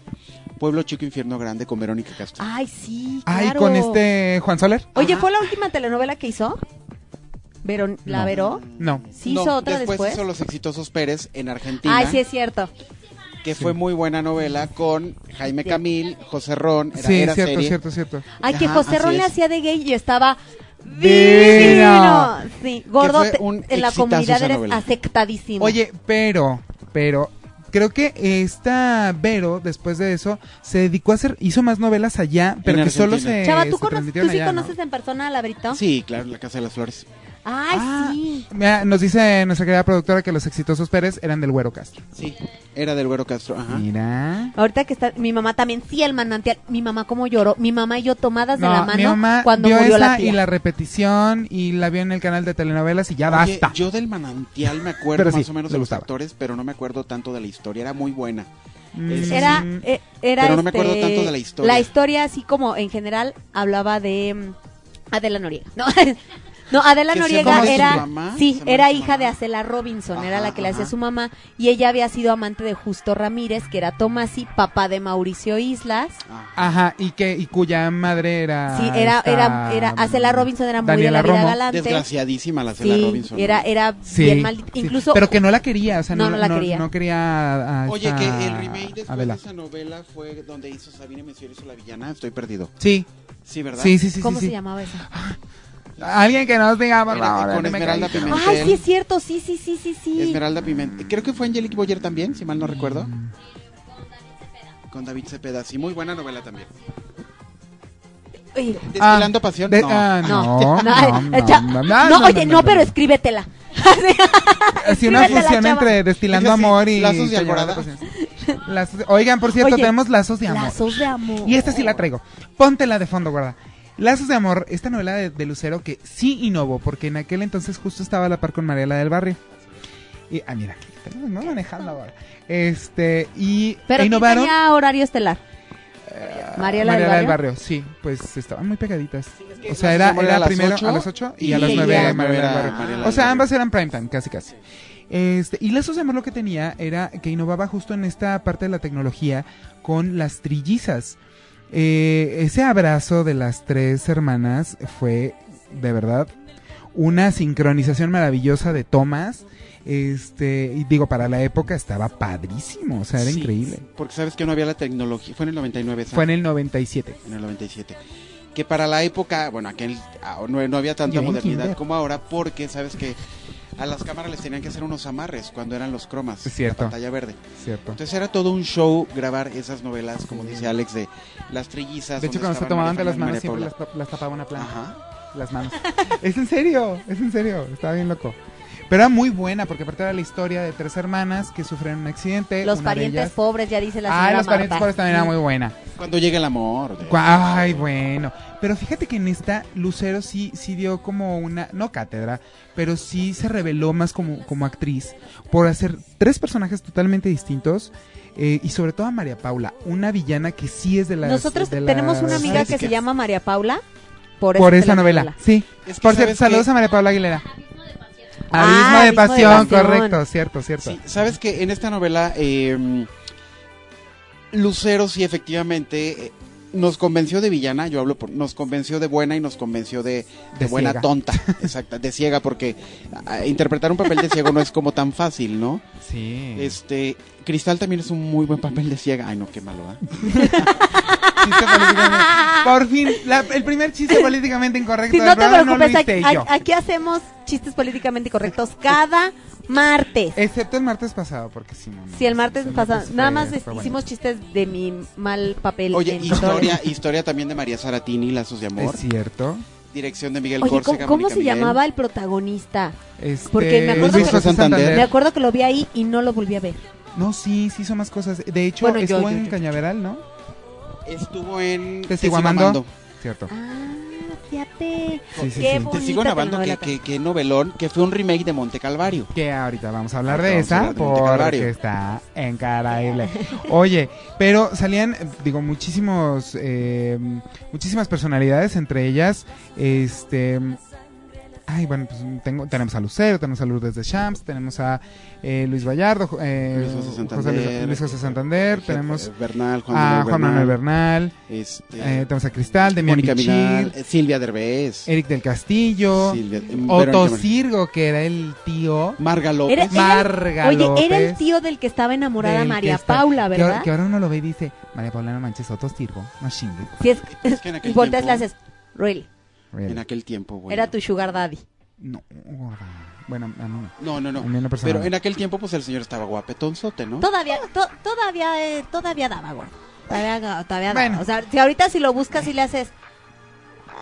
Pueblo Chico Infierno Grande con Verónica Castro. Ay, sí, Ay, claro. con este Juan Soler. Oye, Ajá. ¿fue la última telenovela que hizo? Verón- ¿La No. Veró? No. ¿Sí ¿Ah, hizo otra después? hizo Los Exitosos Pérez en Argentina, Ay, sí es cierto. que fue muy buena novela con Jaime Camil, José Ron, era, sí, era cierto, serie. cierto, cierto. Ay, que Ajá, José así Ron le es. hacía de gay y estaba divino. Divino. Sí, gordo fue te- un en la exitazo comunidad esa eres novela. aceptadísimo. Oye, pero, pero, creo que esta Vero, después de eso, se dedicó a hacer, hizo más novelas allá, pero En que solo Argentina. se. Chava, ¿tú, se conoces, transmitieron tú sí allá, ¿no? conoces en persona a la Brito? Sí, claro, La Casa de las Flores. Ay, Ah, sí. mira, nos dice nuestra querida productora que los exitosos Pérez eran del Güero Castro. Sí, era del Güero Castro. Ajá. Mira. Ahorita que está mi mamá también, sí, el manantial. Mi mamá cómo lloró. Mi mamá y yo tomadas de la mi mano mamá cuando vio murió esa la tía. y la repetición y la vio en el canal de telenovelas y ya Oye, basta. Yo del manantial [LAUGHS] me acuerdo Pero sí, más o menos le de los gustaba. actores, pero no me acuerdo tanto de la historia. Era muy buena. Mm, Era, eh, era Pero no me acuerdo este, tanto de la historia. La historia, así como en general, hablaba de mm, Adela Noriega. No, [LAUGHS] no Adela ¿Que se Noriega llamaba su era, mamá? sí, ¿Se llamaba era su hija de mamá? Acela Robinson, era Ajá, la que le hacía ajá. su mamá, y ella había sido amante de Justo Ramírez, que era Tomasi, papá de Mauricio Islas. Ajá. Ajá, y que y cuya madre era Sí, era, esta- era, era, Acela Robinson era muy Daniela de la vida Romo. galante. Desgraciadísima la Cela Sí, Robinson. era, era Sí, bien maldita. sí. Incluso pero que no la quería, o sea, no, No, no la no- quería. no quería a- a Oye, esta que el remake después Adela. de esa novela fue donde hizo Sabine Messier hizo la villana. Estoy perdido. Sí, Sí, ¿verdad? sí, sí, sí, ¿Cómo sí, se sí. llamaba esa? Alguien que nos diga, por Era favor, con no me Esmeralda caigas. Pimentel. Ay, sí es cierto, sí, sí, sí, sí, sí. Esmeralda Pimentel. Creo que fue Angelique Boyer también, si Mm. mal no recuerdo. Con David Cepeda. Sí, muy buena novela también. Ah, Oye, Destilando pasión. De- no. ah, No, no, [LAUGHS] no, no, eh, cha- no, no, oye, no, pero escríbetela. Si una escríbete la fusión chava. entre destilando Eso sí, amor y lazos de Señora alborada. Pasión. Lazos de- Oigan, por cierto, Oye, tenemos lazos de amor. Lazos de amor. Y esta sí la traigo. Póntela de fondo, guarda. Lazos de amor, esta novela de, de Lucero que sí innovó, porque en aquel entonces justo estaba a la par con Mariela del Barrio. Y, ah, mira, aquí tenemos, no manejando ahora. Este, y Pero e ¿quién innovaron. Eh, tenía horario estelar. Mariela, Mariela del Barrio. sí, pues estaban muy pegaditas. que o sea, Lazos era, de Amor era era a las primero ocho a las 8 y, y a las ya. 9 Mariela Mariela del del Barrio. Barrio. O sea, ambas eran primetime, casi casi. Este, y Lazos de Amor lo que tenía era que innovaba justo en esta parte de la tecnología con las trillizas. Eh, ese abrazo de las tres hermanas fue, de verdad, una sincronización maravillosa de tomas. Este, y digo, para la época estaba padrísimo, o sea, era Sí, increíble. Porque sabes que no había la tecnología. Fue en el 99, ¿sabes? Fue en el 97. en el 97. Que para la época, bueno, aquel ah, no, no había Yo tanta en modernidad kinder. como ahora, porque sabes que a las cámaras les tenían que hacer unos amarres cuando eran los cromas, Es cierto. la pantalla verde. Cierto. Entonces era todo un show grabar esas novelas, como dice Alex, de las trillizas. De hecho, donde cuando se estaban tomaban María de las manos, siempre Fernanda las, tap- las tapaba una y María planta. Paula. Ajá. Las manos. es en serio, es en serio. Estaba bien loco. Pero era muy buena, porque aparte era la historia de tres hermanas que sufrieron un accidente. Los una de parientes ellas- pobres, ya dice la señora Ah, los parientes Marta. pobres también era muy buena. Cuando llega el amor. de- Cu- Ay, bueno. Pero fíjate que en esta, Lucero sí, sí dio como una, no cátedra, pero sí se reveló más como, como actriz por hacer tres personajes totalmente distintos. eh, y sobre todo a María Paula, una villana que sí es de las... Nosotros de tenemos las una amiga que clásicas. se llama María Paula por, por esa esa novela. telenovela. Sí. Es que por cierto, sabes saludos que- a María Paula Aguilera. [LAUGHS] Abismo Ah, de Abismo de pasión, Pasión. correcto, cierto, cierto. Sí, sabes que en esta novela eh, em, Lucero sí, efectivamente, eh, nos convenció de villana, yo hablo por, nos convenció de buena y nos convenció de, de De buena ciega. [LAUGHS] tonta, exacta, de ciega, porque ah, interpretar un papel de ciego no es como tan fácil, ¿no? Sí. Este, Cristal también es un muy buen papel de ciega. Ay, no, qué malo, ¿ah? Chiste políticamente- Por fin, la- el primer [LAUGHS] chiste políticamente incorrecto Si del no te programa no lo preocupes, aquí, hice yo. aquí- aquí hacemos chistes políticamente correctos cada martes. Excepto el martes pasado, porque si no. no, Si el martes pasado, fue- nada más fue es- bueno. hicimos chistes de mi mal papel. Oye, en historia, historia también de María Saratini, Lazos de Amor. Es cierto. Dirección de Miguel Oye, ¿cómo- Córcega. ¿cómo, Mónica se Miguel. llamaba el protagonista? Este, Porque me acuerdo Luis que- José Santander. Me acuerdo que lo vi ahí y no lo volví a ver. No, sí, sí hizo más cosas. De hecho, Bueno, yo- estuvo yo- en yo- Cañaveral, ¿no? Estuvo en. Testiguamando. Cierto. Ah, fíjate. Sí, sí, Qué sí. bonita Te sigo navando que, que, telenovela. que novelón, que fue un remake de Monte Calvario. Que ahorita vamos a hablar Ahorita de vamos a esa hablar de Monte Calvario. porque está increíble. Oye, pero salían, eh, digo, muchísimos, eh, muchísimas personalidades, entre ellas, este... Ay, bueno, pues tengo, tenemos a Lucero, tenemos a Lourdes de Champs, tenemos a eh, Luis Vallardo, jo- eh, Luis José Santander. Luis, Luis José Santander, Eh, tenemos Bernal, Juan a Manuel Juan Manuel Bernal, Este, eh, tenemos a Cristal, Demian Mónica Vidal, Bichir, eh, Silvia Derbez. Eric del Castillo, Silvia- eh, Otto Verónica Mar- Sirgo, que era el tío, Marga López. Era- era- Marga Oye, era el López. tío del que estaba enamorada del que María está- Paula, que ahora- ¿verdad? Que ahora uno lo ve y dice, María Paula, no manches, otro sirvo, no chingues. Si es, [LAUGHS] Es que en aquel y volteas y le tiempo- haces, really, Really. En aquel tiempo, güey. era tu sugar daddy. No, gorda. Bueno, a mí no. No, no, no. A mí en lo personal Pero no. en aquel tiempo, pues el señor estaba guapetonzote, ¿no? Todavía, to- todavía, eh, todavía daba, gordo. Todavía, ga- todavía daba. Bueno. O sea, si ahorita si lo buscas y le haces,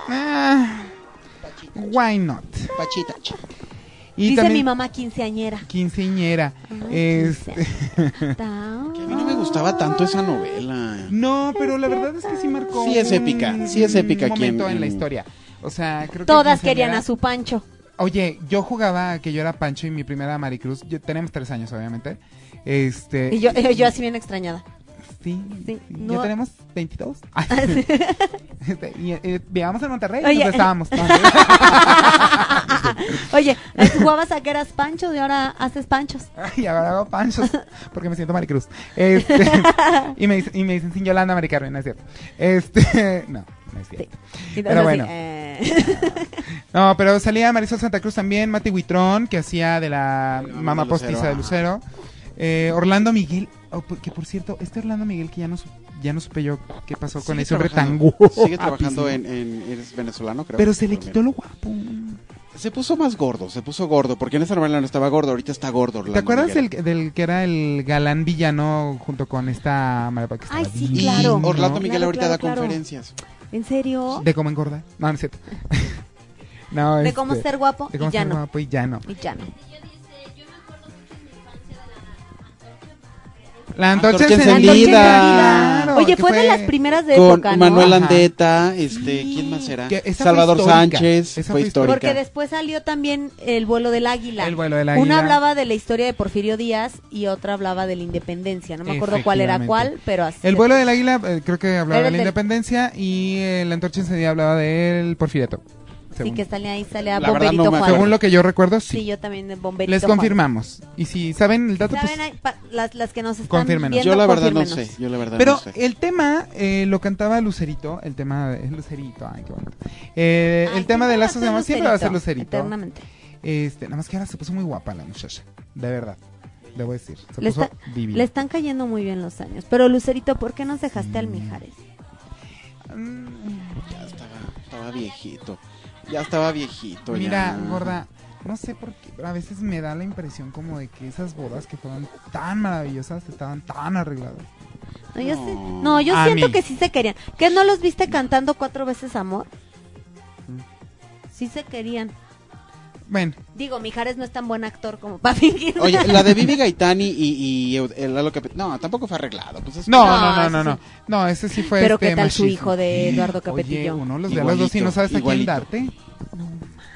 Ah, why not? Pachita. ch- Y dice mi también mamá Ah, quinceañera. [LAUGHS] quinceañera. Ay, Este, Que a mí no me gustaba tanto esa novela. [LAUGHS] no, pero la verdad es que sí marcó Sí es épica, un- sí es épica un aquí momento en- en la en- historia. O sea, creo que Todas quinceañera- querían a su Pancho. Oye, yo jugaba que yo era Pancho y mi primera Maricruz. Yo, tenemos tres años, obviamente. Este. Eh. Y yo, eh, yo así bien extrañada. [LAUGHS] [LAUGHS] Sí, Sí, sí, no- ya tenemos 22. Ah, [LAUGHS] este, y eh, vivíamos en Monterrey, Oye. entonces [LAUGHS] estábamos. no, Oye, jugabas a que eras Pancho y ahora haces Panchos. [LAUGHS] y ahora hago panchos porque me siento Maricruz. [LAUGHS] Este, y, me, dice- y me dicen sin Yolanda, Mari Carmen, no es cierto. Este, [LAUGHS] no, no es cierto. Y Pero entonces así, bueno. eh, [LAUGHS] No, pero salía Marisol Santa Cruz también, Mati Huitrón, que hacía de la La mamá mamá de Lucero. postiza de Lucero. Eh, Orlando Miguel, oh, por- que por cierto, este Orlando Miguel que ya no, su- ya no supe yo qué pasó con Sigue ese hombre tan trabajando- Sigue guapísimo. trabajando en, en- Eres venezolano, creo. Pero se le También. quitó lo guapo. Se puso más gordo, se puso gordo. Porque en esa novela no estaba gordo, ahorita está gordo. ¿Te Orlando acuerdas Miguel. del, del que era el galán villano junto con esta María Paula que Ay, estaba sí, divina, claro. ¿no? Orlando Miguel Claro, ahorita claro, da claro. conferencias. ¿En serio? De cómo engordar. No, no es cierto. [LAUGHS] no, De este, cómo ser guapo de cómo y ya ser no. guapo y ya no. Y ya no. La antorcha Antorcha encendida. encendida. Claro, Oye, que fue, de las primeras de Con época, ¿no? Manuel Ajá. Andeta, este, Sí. ¿quién más era? Que esa fue Salvador histórica, Sánchez, esa fue fue histórica. Porque después salió también el vuelo del águila. El vuelo del Una águila. hablaba de la historia de Porfirio Díaz y otra hablaba de la independencia. No me acuerdo cuál era cuál, pero así. El vuelo del águila eh, creo que hablaba Era de el la del- independencia y eh, la antorcha encendida hablaba del porfireto. Sí, Según, que salía ahí, salía La verdad no Bomberito me Juan. acuerdo. según lo que yo recuerdo, sí. Sí, yo también de Bomberito Les Juan. confirmamos. Y si saben el dato, pues... ¿Saben? Hay pa- las, las que nos están Confírmenos. viendo, yo la verdad no sé, confírmenos. yo la verdad Pero no sé. el tema eh, lo cantaba Lucerito, el tema de Lucerito, ay, qué bonito. Eh, Ay, el tema de siempre va a lazos de ser amor siempre va a ser Lucerito, Lucerito. Eternamente. Este, nada más que ahora se puso muy guapa la muchacha, de verdad. Debo decir, se Le, puso está- divina. le están cayendo muy bien los años. Pero Lucerito, ¿por qué nos dejaste al Mijares? Mm, Ya estaba, estaba viejito. Ya estaba viejito. Mira, ya. gorda, no sé por qué, pero a veces me da la impresión como de que esas bodas que fueron tan maravillosas estaban tan arregladas. No, yo, No. sí- no, yo A siento mí. que sí se querían. ¿Que no los viste cantando cuatro veces amor? Mm. Sí se querían. Bueno, Digo, Mijares no es tan buen actor como para [LAUGHS] fingir. Oye, la de Vivi Gaitani y, y el Lalo Cap- No, tampoco fue arreglado. Pues es- no, No, no, no, no, ese no, sí. no, ese sí fue Pero este ¿qué tal su machismo. hijo de Eduardo Oye, Capetillo? uno los ve a los dos y no Igualito, sabes a quién igualito. darte.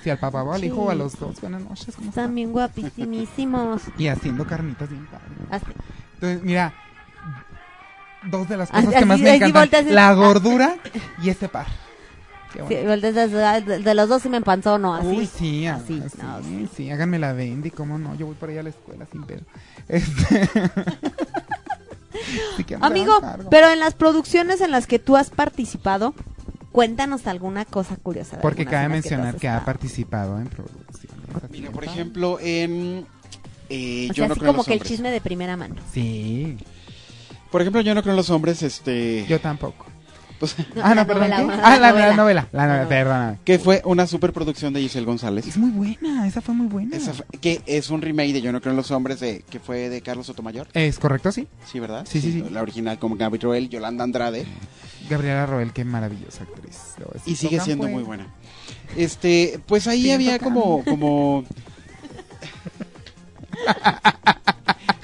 Si al papá o al Sí. hijo o a los dos, buenas noches, ¿cómo están? Están bien [LAUGHS] guapísimos. Y haciendo carnitas bien padre. Así. Entonces, mira, dos de las Así- cosas que más Ah, así- me así volteas encantan, y- Ah. la gordura y este par. Qué Sí, bonito. de, de- de- de los dos sí me empanzó, ¿no? Así. Uy, sí, ah, así, así, no, sí, [LAUGHS] háganme la bendy, cómo no, yo voy para allá a la escuela sin pedo. Este, Así que, Amigo, me hago cargo. pero en las producciones en las que tú has participado, cuéntanos alguna cosa curiosa. de Porque algunas cabe en las tú mencionar has que ha estado. participado en producciones. así Mira, es. por ejemplo, en... eh, yo O sea, no así creo en como los que el hombres. chisme de primera mano. Sí, Por ejemplo, yo no creo en los hombres, este... yo tampoco. pues, [LAUGHS] ah, no, la perdón. novela, ¿qué? una- ah, la, novela. la novela. La novela, novela. perdóname. que fue una superproducción de Giselle González. Es muy buena, esa fue muy buena. Esa fue- que es un remake de Yo no creo en los hombres, de, que fue de Carlos Sotomayor. ¿Es correcto, sí? Sí, ¿verdad? Sí, sí, sí. La original con Gabriel Yolanda Andrade. Gabriela Roel, qué maravillosa actriz. Debo decir, Y tocan sigue pues. siendo muy fuego. buena. Este, pues ahí Pinto había Cano. [LAUGHS] como, como.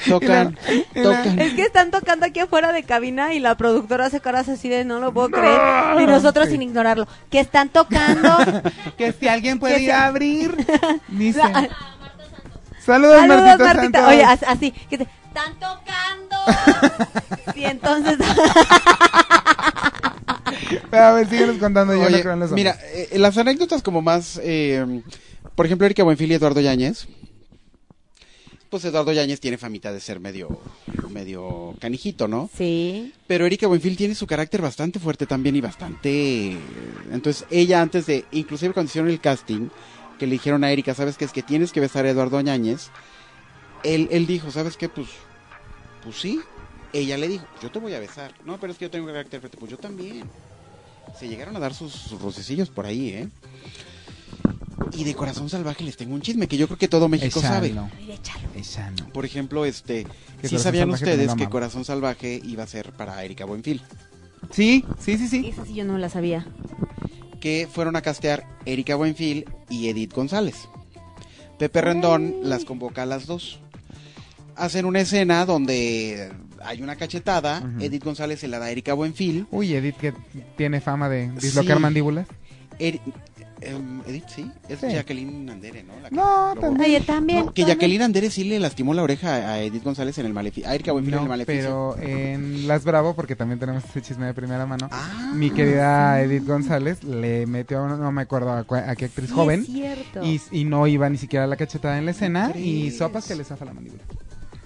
tocan, tocan. [LAUGHS] Es que están tocando aquí afuera de cabina y la productora hace caras así de no lo puedo creer. Y nosotros Sí. sin ignorarlo. Que están tocando. [LAUGHS] Que si alguien puede [LAUGHS] Que ir si- a [LAUGHS] abrir, dice. La- Saludos, Saludos, Martita, Martita. Santos. Oye, as- así. Que te, están [LAUGHS] tocando. y entonces. [LAUGHS] Pero a ver, síguenos contando. Yo no Oye, creo en los hombres. mira, eh, las anécdotas como más, eh, por ejemplo, Erika Buenfil y Eduardo Yáñez. Pues Eduardo Yáñez tiene famita de ser medio, medio canijito, ¿no? sí. Pero Erika Buenfil tiene su carácter bastante fuerte también y bastante... eh, Entonces ella antes de, inclusive cuando hicieron el casting, que le dijeron a Erika, ¿sabes qué? Es que tienes que besar a Eduardo Ñañez. Él, él dijo, ¿sabes qué? Pues, pues sí. Ella le dijo, yo te voy a besar. No, pero es que yo tengo carácter fuerte. Pues yo también. Se llegaron a dar sus, sus rocecillos por ahí, ¿eh? Y de corazón salvaje les tengo un chisme que yo creo que todo México Esa sabe. no, Ay, échalo. esa no. Por ejemplo, este, Que si Corazón sabían Salvaje también ustedes lo que amaba. Corazón Salvaje iba a ser para Erika Buenfil. Sí, sí, sí, sí. Esa sí yo no la sabía. que fueron a castear Erika Buenfil y Edith González. Pepe Rendón las convoca a las dos. Hacen una escena donde hay una cachetada, Ujú. Edith González se la da a Erika Buenfil. Uy, Edith que tiene fama de dislocar Sí. mandíbulas. Eri- Er, em, Edith, sí, es Sí. Jacqueline Andere, ¿no? La que- No, luego- también. Oye, también. No, que también. Jacqueline Andere sí le lastimó la oreja a Edith González en el maleficio, a Erika Buenfil en el No, maleficio. pero en Las Bravo, porque también tenemos ese chisme de primera mano, Ah, mi querida Edith González le metió, no me acuerdo a, cua- a qué actriz Sí, joven, Es cierto. y, y no iba ni siquiera la cachetada en la escena, y crees? sopas que le zafa la mandíbula.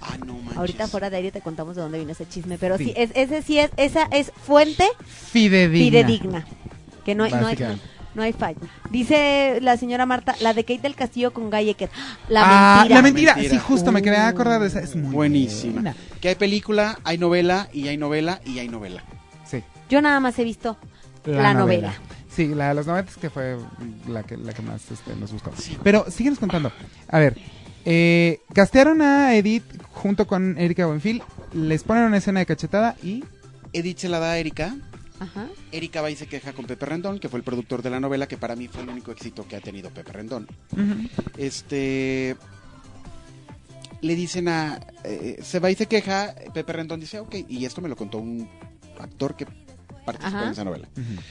ah, no manches. Ahorita fuera de aire te contamos de dónde vino ese chisme, pero sí, Sí. es, ese sí es, esa es fuente Fidedigna. fidedigna. Que no hay, no hay, Básicamente. no hay falla. Dice la señora Marta, la de Kate del Castillo con Guy Ecker. ¡Ah! La Ah, mentira. la mentira. Mentira. Sí, justo me quería acordar de esa. Es muy Buenísima. buena. Que hay película, hay novela, y hay novela, y hay novela. Sí. Yo nada más he visto La novela. Sí, la de los noventas que fue la que, la que más este, nos gustó. Pero síguenos contando. A ver, eh, castearon a Edith junto con Erika Buenfil, les ponen una escena de cachetada y... Edith se la da a Erika, Ajá. Erika va y se queja con Pepe Rendón, que fue el productor de la novela, que para mí fue el único éxito que ha tenido Pepe Rendón. Este. Le dicen a. eh, se va y se queja. Pepe Rendón dice, ok, y esto me lo contó un actor que participó Ajá. en esa novela. Ujú.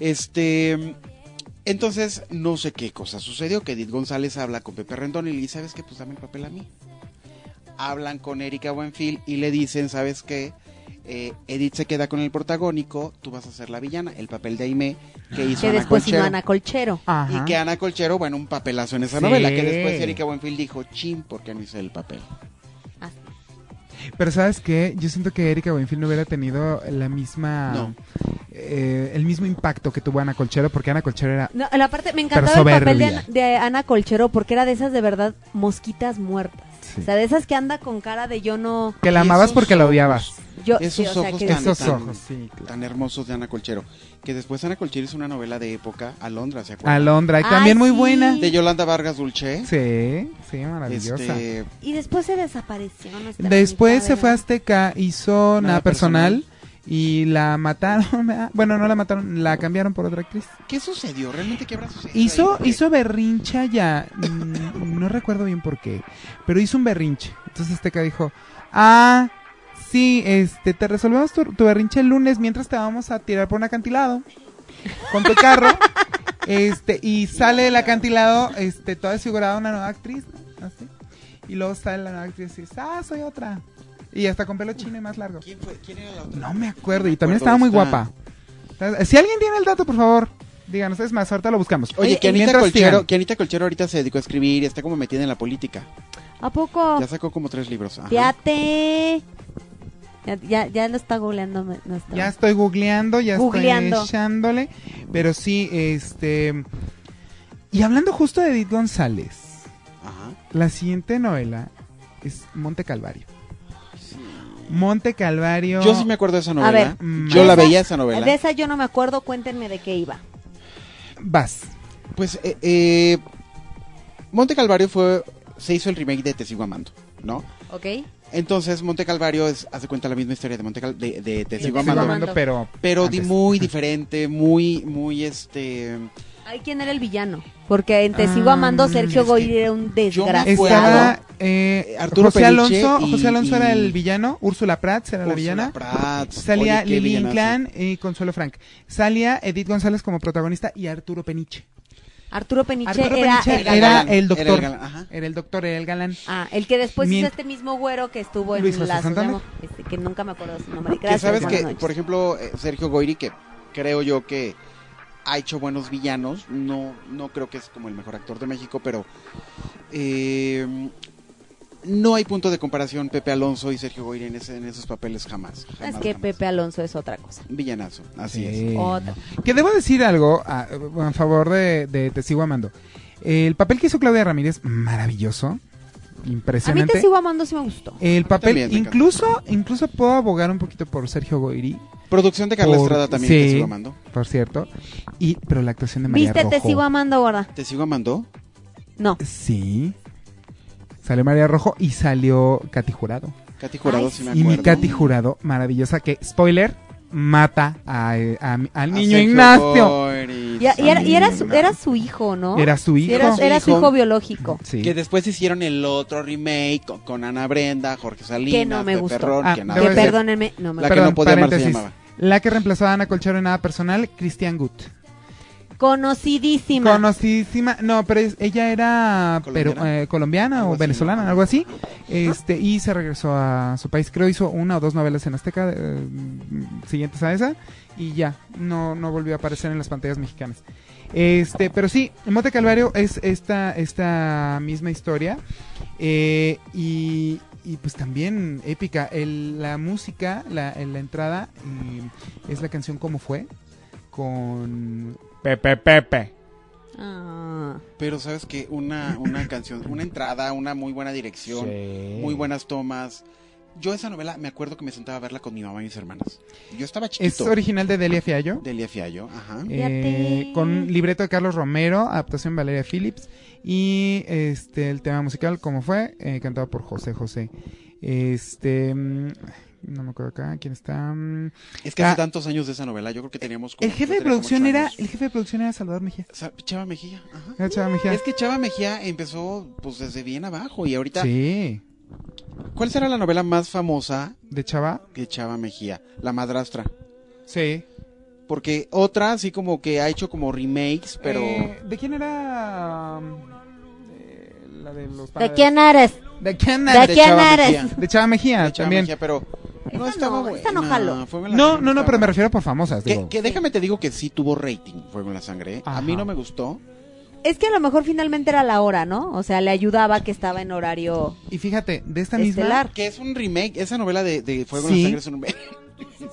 Este. Entonces, no sé qué cosa sucedió, que Edith González habla con Pepe Rendón y le dice, ¿sabes qué? Pues dame el papel a mí. Hablan con Erika Buenfil y le dicen, ¿sabes qué? Eh, Edith se queda con el protagónico, tú vas a ser la villana, el papel de Aime que hizo Que Ana después vino Colchero. Ana Colchero. Ajá. Y que Ana Colchero, bueno, un papelazo en esa Sí. novela, que después Erika Buenfil dijo, chin, ¿por qué no hice el papel? Así. Pero ¿sabes qué? Yo siento que Erika Buenfil no hubiera tenido la misma... No. eh, el mismo impacto que tuvo Ana Colchero, porque Ana Colchero era... No, la parte, me encantaba Pero el papel de soberbia. Ana, de Ana Colchero porque era de esas de verdad mosquitas muertas. Sí. O sea, de esas que anda con cara de yo no. Que la Y amabas esos porque la ojos, odiabas. Yo, Esos sí, o sea, ojos que- tan- Esos ojos, sí. claro. Tan hermosos de Ana Colchero. Que después Ana Colchero hizo una novela de época, Alondra, ¿se acuerdan? Alondra, y Ay, también muy sí. buena. de Yolanda Vargas Dulce. Sí, sí, maravillosa. Este, Y después se desapareció. nuestra Después amita, se fue a ¿verdad? Azteca, hizo Nada nada personal, y la mataron. [LAUGHS] ¿verdad? Bueno, no la mataron, la cambiaron por otra actriz. ¿Qué sucedió? ¿Realmente qué habrá sucedido? ahí? Hizo, Porque hizo berrincha ya, mm, no recuerdo bien por qué, pero hizo un berrinche. Entonces Azteca dijo, ah, sí, este, te resolvemos tu, tu berrinche el lunes mientras te vamos a tirar por un acantilado con tu carro. este, y sale del acantilado, este, toda desfigurada una nueva actriz, ¿no? Así. Y luego sale la nueva actriz y dice, ah, soy otra. Y hasta con pelo chino y más largo. ¿Quién, fue? ¿Quién era la otra? No me acuerdo, y también acuerdo estaba muy de esta- guapa. Si alguien tiene el dato, por favor, díganos, es más, ahorita lo buscamos. Oye, que Anita, Mientras Colchero, sigan. que Anita Colchero ahorita se dedicó a escribir y está como metida en la política. ¿A poco? Ya sacó como tres libros. ajá. Fíjate. Ya, ya, ya lo está googleando. no- no está- Ya estoy googleando, ya Googleando. estoy echándole. Pero sí, este. Y hablando justo de Edith González, Ajá. la siguiente novela es Monte Calvario. Sí. Monte Calvario. Yo sí me acuerdo de esa novela. ver, yo la esa- veía esa novela. De esa yo no me acuerdo, cuéntenme de qué iba. Vas. Pues eh, eh, Monte Calvario fue se hizo el remake de Te sigo amando, ¿no? ¿Ok? Entonces Monte Calvario es hace cuenta la misma historia de Monte Cal- de, de Te sigo Sigo amando, amando, pero. pero di antes. [LAUGHS] muy diferente, muy muy este Ay, ¿quién era el villano? Porque en Te sigo Ah, amando Sergio es que Goyri era yo un me desgraciado. Estaba eh, Eh, Arturo José Peluche Alonso, y- José Alonso era y- el villano, Úrsula Prats era la Ursula villana. Prats, Salía oye, qué Lili villanazo. Inclán y Consuelo Frank. Salía Edith González como protagonista y Arturo Peniche. Arturo Peniche Arturo era Peniche el era, galán. el Era doctor. el galán, ajá. Era el doctor, era el galán. Ah, el que después Mien- hizo este mismo güero que estuvo en Luis José la Santander. este, que nunca me acuerdo su nombre. Que Gracias, sabes buenas que noches. por ejemplo eh, Sergio Goyri que creo yo que ha hecho buenos villanos, no no creo que es como el mejor actor de México, pero eh, no hay punto de comparación Pepe Alonso y Sergio Goyri en, ese- en esos papeles jamás. es jamás, que jamás. Pepe Alonso es otra cosa. Villanazo, así es. Sí. Otra. Que debo decir algo a, a favor de, de Te sigo amando. El papel que hizo Claudia Ramírez, maravilloso. A mí Impresionante. Te sigo amando sí me gustó. El papel, también me encanta. incluso, incluso puedo abogar un poquito por Sergio Goyri, Producción de Carla Por- Estrada también, sí. te sigo amando. por cierto. Y, pero la actuación de María ¿Viste Te Rojo. sigo amando, gorda? ¿Te sigo amando? No. Sí. Salió María Rojo y salió Katy Jurado. Katy Jurado, Ay, sí me Y acuerdo. mi Katy Jurado, maravillosa, que, spoiler, mata a- a- A al niño Sergio Ignacio. Goyri, Y, y era, y era, su, sí. era su hijo, ¿no? Era su Sí, hijo. Era, era su Hijo. hijo biológico. Sí. Que después hicieron el otro remake con, con Ana Brenda, Jorge Salinas, Que no me Pepe gustó. Ron, Ah, que nada debo que Que decir- ver. perdónenme, no me La acuerdo. que no podía amar se paréntesis. llamaba. La que reemplazó a Ana Colchero en nada personal, Christian Gut. Conocidísima. Conocidísima. No, pero es- ella era Colombiana. peru- eh, colombiana Algo o así, venezolana, ¿no? algo así. Este, y se regresó a su país. Creo hizo una o dos novelas en Azteca eh, siguientes a esa. Y ya, no, no volvió a aparecer en las pantallas mexicanas. Este, pero sí, Monte Calvario es esta, esta misma historia. Eh, y, y pues también épica. El- la música, la, en la entrada, mm, es la canción Como Fue, con Pepe Pepe. Ah. Pero sabes que una, una canción, una entrada, una muy buena dirección, muy buenas tomas. Yo esa novela me acuerdo que me sentaba a verla con mi mamá y mis hermanas. Yo estaba Es chiquito. original de Delia Fiallo. Delia Fiallo, ajá. eh, Fíjate. con libreto de Carlos Romero, adaptación Valeria Phillips y este el tema musical como fue eh, cantado por José José. Este mm, no me acuerdo acá quién está. mm. Es que hace Ah. tantos años de esa novela, yo creo que teníamos como- El jefe yo de tenía como producción ocho era años. el jefe de producción era Salvador Mejía. Sa- Chava Mejía, ajá. Era Chava Mejía. Es que Chava Mejía empezó pues desde bien abajo y ahorita Sí, ¿cuál será la novela más famosa de Chava. de Chava Mejía? La madrastra. Sí. Porque otra así como que ha hecho como remakes, pero Eh, ¿De quién era mm, eh, la de los ¿De panaderos? quién eres? ¿De quién ¿De era? de quién Chava eres? Mejía. De Chava Mejía de Chava Ah, también. Mejía, pero no Esta estaba no, esta no buena. jaló. Fue con la No, sangre, no, no, estaba pero me buena. refiero por famosas. Que, digo. que déjame te digo que sí tuvo rating Fuego en la Sangre. ¿eh? A mí Ajá. no me gustó. Es que a lo mejor finalmente era la hora, ¿no? O sea, le ayudaba que estaba en horario Y fíjate, de esta misma estelar. Que es un remake. Esa novela de, de Fuego Sí. en la Sangre es un remake. [LAUGHS]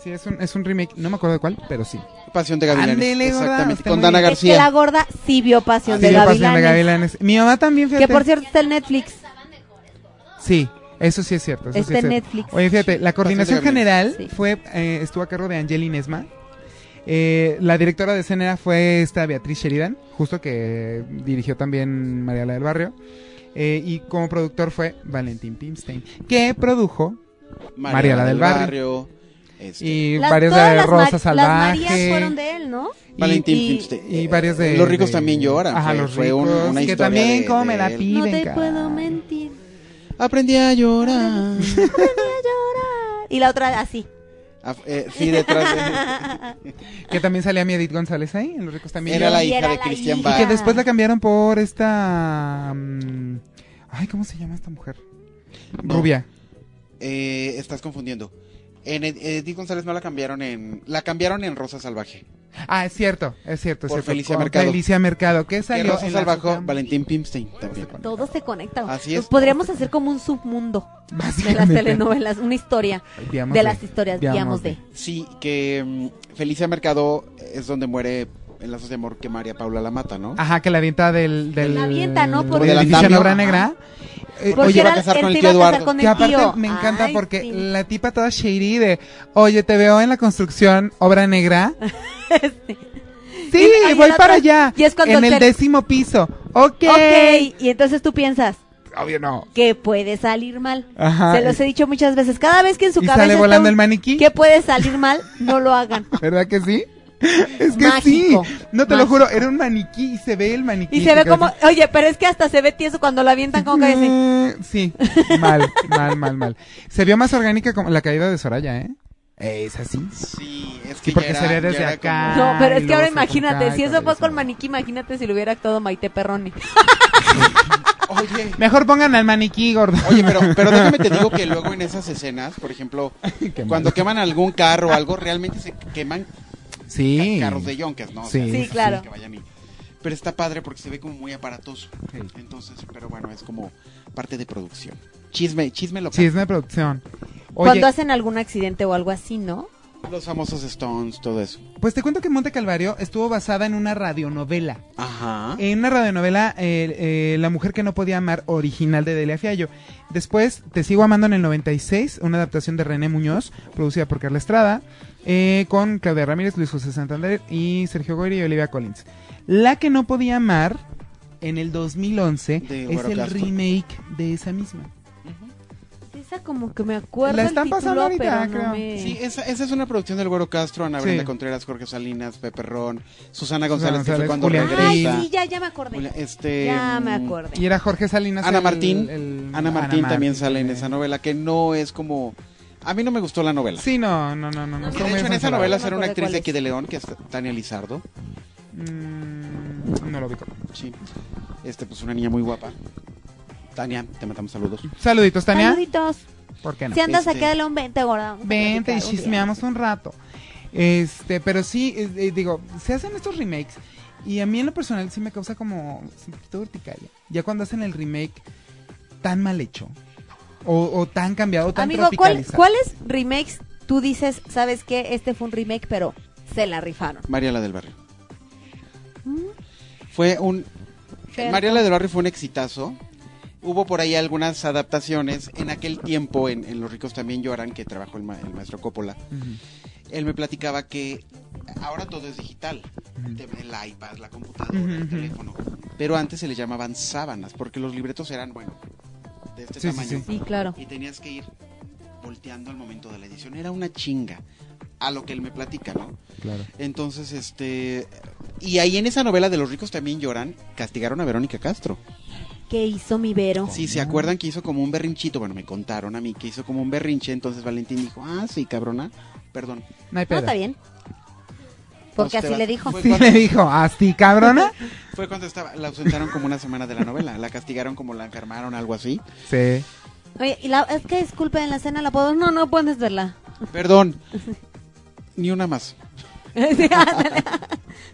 Sí, es un, es un remake, no me acuerdo de cuál, pero sí. Pasión de Gavilanes. Ándele, gorda, Exactamente. está Con muy Dana bien. Es que García. la gorda sí vio Pasión Sí, de Pasión de Gavilanes. Gavilanes. Mi mamá también, fíjate. Que por cierto está en Netflix. Sí, eso sí es cierto. eso sí Está es en cierto. Netflix. Oye, fíjate, la coordinación Pasión de general Sí. fue eh, estuvo a cargo de Angeli Nesma. Eh, la directora de escena fue esta Beatriz Sheridan, justo que dirigió también Mariala del Barrio. Eh, y como productor fue Valentín Pimstein, que produjo Mariela del Barrio. este, y Las- varios todas de las Rosa Mar- Salvaje. Las Marías fueron de él, ¿no? y- Valentín y- Pimstein. y varios de- Los ricos de- también lloran. Ajá, fue, los fue un- ricos, una que historia también de- como me de la él. pi- No Viven, te cara. puedo mentir. Aprendí a llorar. Y la otra [LAUGHS] así. Ah, eh, sí, detrás que también salía mi Edith González ahí, en Los Ricos de... también. Era la Y hija era de la Cristian hija. Y Bach. que después la cambiaron por esta. mm, ay, ¿cómo se llama esta mujer? No. Rubia. Eh, estás confundiendo. En Ed- Edith González no la cambiaron en. La cambiaron en Rosa Salvaje. Ah, es cierto, es cierto. es Por cierto. Felicia Con Mercado. Felicia Mercado, que Que salió Rosa en la Salvaje, Suprema. Valentín Pimstein también. Todo se conecta. Así Nos es. podríamos hacer como un submundo de las [LAUGHS] Básicamente. telenovelas, una historia Digamos de las historias, digamos, digamos de. Sí, que mm, Felicia Mercado es donde muere en lazos de amor que María Paula la mata, ¿no? Ajá, que la avienta del... del La avienta, ¿no? Por Por- el Del edificio andamio. Nobra Ajá. Negra. Eh, Porque oye, iba a casar él con el te tío iba a casar Eduardo. con el que aparte tío. me encanta Ay, porque sí. la tipa toda shady de, oye, te veo en la construcción Obra [LAUGHS] Negra. sí, Y- ay, voy el otro- para allá. y es cuando en el Cher- décimo piso. Ok. Ok, y entonces tú piensas Obvio no. que puede salir mal. Ajá. Se los he dicho muchas veces. Cada vez que en su Ah, y cabeza sale está volando un- el maniquí. que puede salir mal, no lo [LAUGHS] hagan. ¿Verdad que sí? Es que Mágico, sí. No te lo mágico. juro, era un maniquí y se ve el maniquí. Y se ve queda como, así. oye, pero es que hasta se ve tieso cuando lo avientan como que dice, Eh, [LAUGHS] Sí, mal, mal, mal, mal. Se vio más orgánica como la caída de Soraya, ¿eh? Es así. Sí, es Sí, que porque ya se era- ve desde ya era acá. como- No, pero Mm. Ay, es que luego ahora se imagínate, contrae, si eso fue cabeza. con maniquí, imagínate si lo hubiera actuado Maite Perroni. Oye, Mejor pongan al maniquí, gordo. oye, pero, pero déjame te digo que luego en esas escenas, por ejemplo, Qué mal. cuando queman algún carro o algo, realmente se queman ca- Sí. carros de yonkers, ¿no? O Sí, sea, Sí, no claro. es que vayan y- Pero está padre porque se ve como muy aparatoso. Sí. Entonces, pero bueno, es como parte de producción. Chisme, chisme local. Chisme de producción. Oye, Cuando hacen algún accidente o algo así, ¿no? Los famosos Stones, todo eso. pues te cuento que Monte Calvario estuvo basada en una radionovela. Ajá. En una radionovela, eh, eh, La mujer que no podía amar, original de Delia Fiallo. Después, Te sigo amando en el 96, una adaptación de René Muñoz, producida por Carla Estrada, eh, con Claudia Ramírez, Luis José Santander y Sergio Goyri y Olivia Collins. La que no podía amar, en el 2011, De es el Guanacaste. remake de esa misma. Esa como que me acuerdo La el están título, pasando ahorita, pero no creo. me- Sí, esa, esa es una producción del Güero Castro, Ana Sí. Brenda Contreras, Jorge Salinas, Pepe Ron, Susana Susana González, que González, fue cuando Julián regresa. Ay, Green. sí, ya, ya me acordé. Julia- Este, Ya me mm, acordé. Y era Jorge Salinas. Ana el- Martín. el- Ana Martín también Martín, sale en esa novela, que no es como... A mí no me gustó la novela. Sí, no, no, no, no. no, No, Que estuvo de muy hecho, en esa censurada. novela No me será una acuerdo actriz cuál de es. aquí de León, que es Tania Lizardo. Mm, no lo ubico. Sí. Este, pues una niña muy guapa. Tania, te mandamos saludos. Saluditos, Tania. Saluditos. ¿Por qué no? Si andas Este- acá de un vente, gorda. vamos a Vente y platicar un día. chismeamos un rato. Este, pero sí, eh, eh, digo, se hacen estos remakes y a mí en lo personal sí me causa como sentito urticaria. Ya cuando hacen el remake tan mal hecho o, o tan cambiado, o tan Amigo, ¿cuál- tropicalizado. ¿cuáles remakes tú dices, sabes que este fue un remake, pero se la rifaron? Mariela del Barrio. Mm, Fue un... Fer, Mariela del Barrio fue un exitazo. Hubo por ahí algunas adaptaciones. En aquel tiempo, en, en Los ricos también lloran, que trabajó el, ma- el maestro Coppola. Ujú, Él me platicaba que ahora todo es digital. ujú. Te- El iPad, la computadora, Ujú, el ujú. teléfono. Pero antes se le llamaban sábanas, porque los libretos eran, bueno, de este Sí, sí, tamaño. sí. Sí, claro. y tenías que ir volteando al momento de la edición. Era una chinga a lo que él me platica, ¿no? Claro. Entonces, este... Y ahí en esa novela de Los ricos también lloran, castigaron a Verónica Castro. ¿Qué hizo mi Vero? Sí, ¿se acuerdan que hizo como un berrinchito? Bueno, me contaron a mí que hizo como un berrinche, entonces Valentín dijo, ah, sí, cabrona, perdón. No hay No, pedo. está bien. Pues Porque te así va- le dijo. fue Sí cuando- le dijo, ¿así [LAUGHS] cabrona? Fue cuando estaba, la ausentaron como una semana de la novela, la castigaron como la enfermaron, algo así. sí. Oye, y la, es que disculpe, en la cena la puedo. No, no puedes verla. [LAUGHS] Perdón, ni una más. Sí, ándale.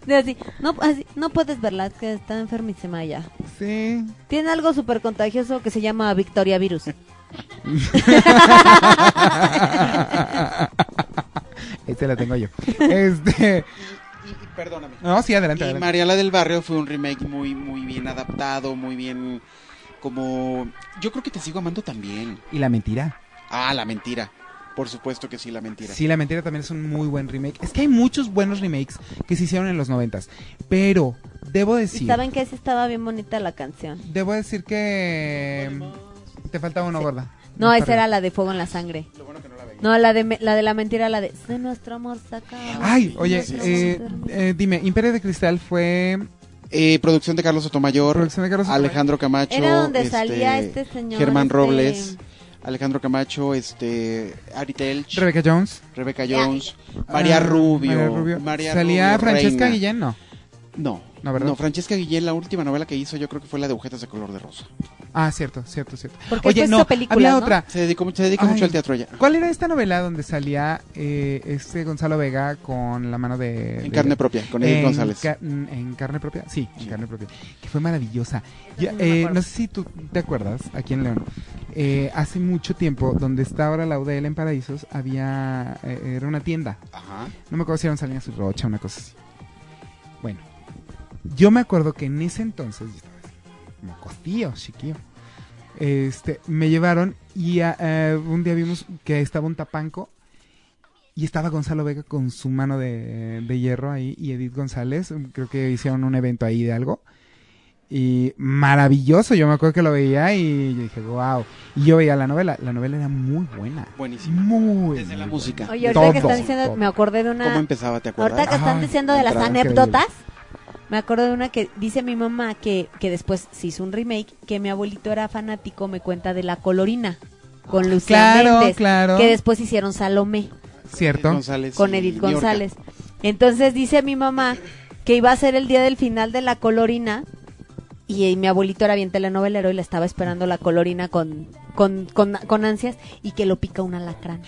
Sí, así, no, así, no puedes verla, es que está enfermísima ya. Sí. Tiene algo súper contagioso que se llama Victoria Virus. [LAUGHS] este lo tengo yo. Este, Y- y perdóname. no, sí, adelante, Y adelante. Mariala del Barrio fue un remake muy, muy bien adaptado, muy bien como... Yo creo que te sigo amando también. Y la mentira. Ah, la mentira. Por supuesto que sí, la mentira. Sí, La Mentira también es un muy buen remake. Es que hay muchos buenos remakes que se hicieron en los noventas. Pero debo Y decir, saben que sí estaba bien bonita la canción. debo decir que mm, te falta uno, Sí. gorda. No, esa era perdón. la de Fuego en la Sangre. Lo bueno que no la veía. No, la de, me- la de la mentira, la de... De nuestro amor sacado. Ay, oye, Sí, sí, eh, sí. eh, dime, Imperio de Cristal fue Eh, producción de Carlos Sotomayor, producción de Carlos Alejandro Camacho. Era donde este, salía este señor. Germán este, Robles, Alejandro Camacho, este, Ari Telch, Rebecca Jones, Rebeca Jones, María Ah, Rubio. María Rubio. María salía Rubio Francesca Reina. Guillén, no. No, No, no, ¿verdad? Francesca Guillén, la última novela que hizo yo creo que fue la de Agujetas de color de rosa. Ah, cierto, cierto, cierto. Porque Oye, después no, hizo películas, había ¿no? otra. Se dedicó, se dedica Ay. mucho al teatro ya. ¿Cuál era esta novela donde salía eh, este Gonzalo Vega con la mano de... En de- carne propia, con Edith en González. ca- mm, ¿En carne propia? Sí, en Sí. carne propia. Que fue maravillosa. sí Ya, no me eh, acuerdo. no sé si tú te acuerdas, aquí en León, eh, hace mucho tiempo, donde está ahora la UDL en Paraísos, había... eh, era una tienda. Ajá. No me acuerdo si eran Salinas y Rocha, una cosa así. Bueno, yo me acuerdo que en ese entonces, yo estaba así, como costillo, chiquillo. Este, me llevaron y a- eh, un día vimos que estaba un tapanco y estaba Gonzalo Vega con su mano de, de hierro ahí y Edith González. Creo que hicieron un evento ahí de algo. Y maravilloso, yo me acuerdo que lo veía y yo dije, wow. Y yo veía la novela, la novela era muy buena. Buenísimo. Muy Desde la muy música. Oye, ahorita que Todo, están diciendo, todo. me acordé de ¿Cómo una. empezaba? ¿Te acuerdas? Ahorita que están Ay, diciendo de las entrada increíble. anécdotas, me acuerdo de una que dice mi mamá que, que después se hizo un remake, que mi abuelito era fanático, me cuenta de la colorina con Lucía Ah, Claro, Méndez, claro. que después hicieron Salomé Cierto. González con y Edith Niorca. González. Entonces dice mi mamá que iba a ser el día del final de la colorina y, eh, mi abuelito era bien telenovelero y la estaba esperando la colorina con, con, con, con ansias y que lo pica un alacrán.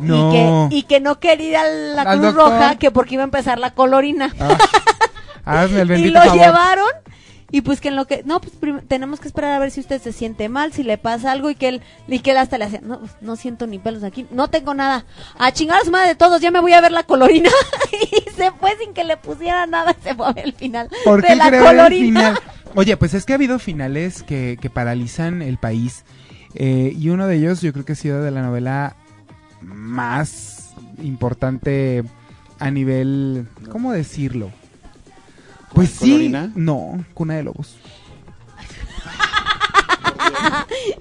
No. Y, que, y que no quería ir a la Al Cruz doctor. Roja que porque iba a empezar la colorina. Ah, [LAUGHS] hazme el [LAUGHS] y bendito lo favor. llevaron y pues que en lo que no pues prim- tenemos que esperar a ver si usted se siente mal si le pasa algo y que él y que él hasta le hace no pues, no siento ni pelos aquí no tengo nada a chingar a su madre de todos ya me voy a ver la colorina [LAUGHS] y se fue sin que le pusiera nada se fue a ver el final ¿Por de qué la creo el colorina final? Oye, pues es que ha habido finales que, que paralizan el país. eh, y uno de ellos yo creo que ha sido de la novela más importante a nivel... ¿Cómo decirlo? Pues sí. ¿Colorina? No, Cuna de Lobos.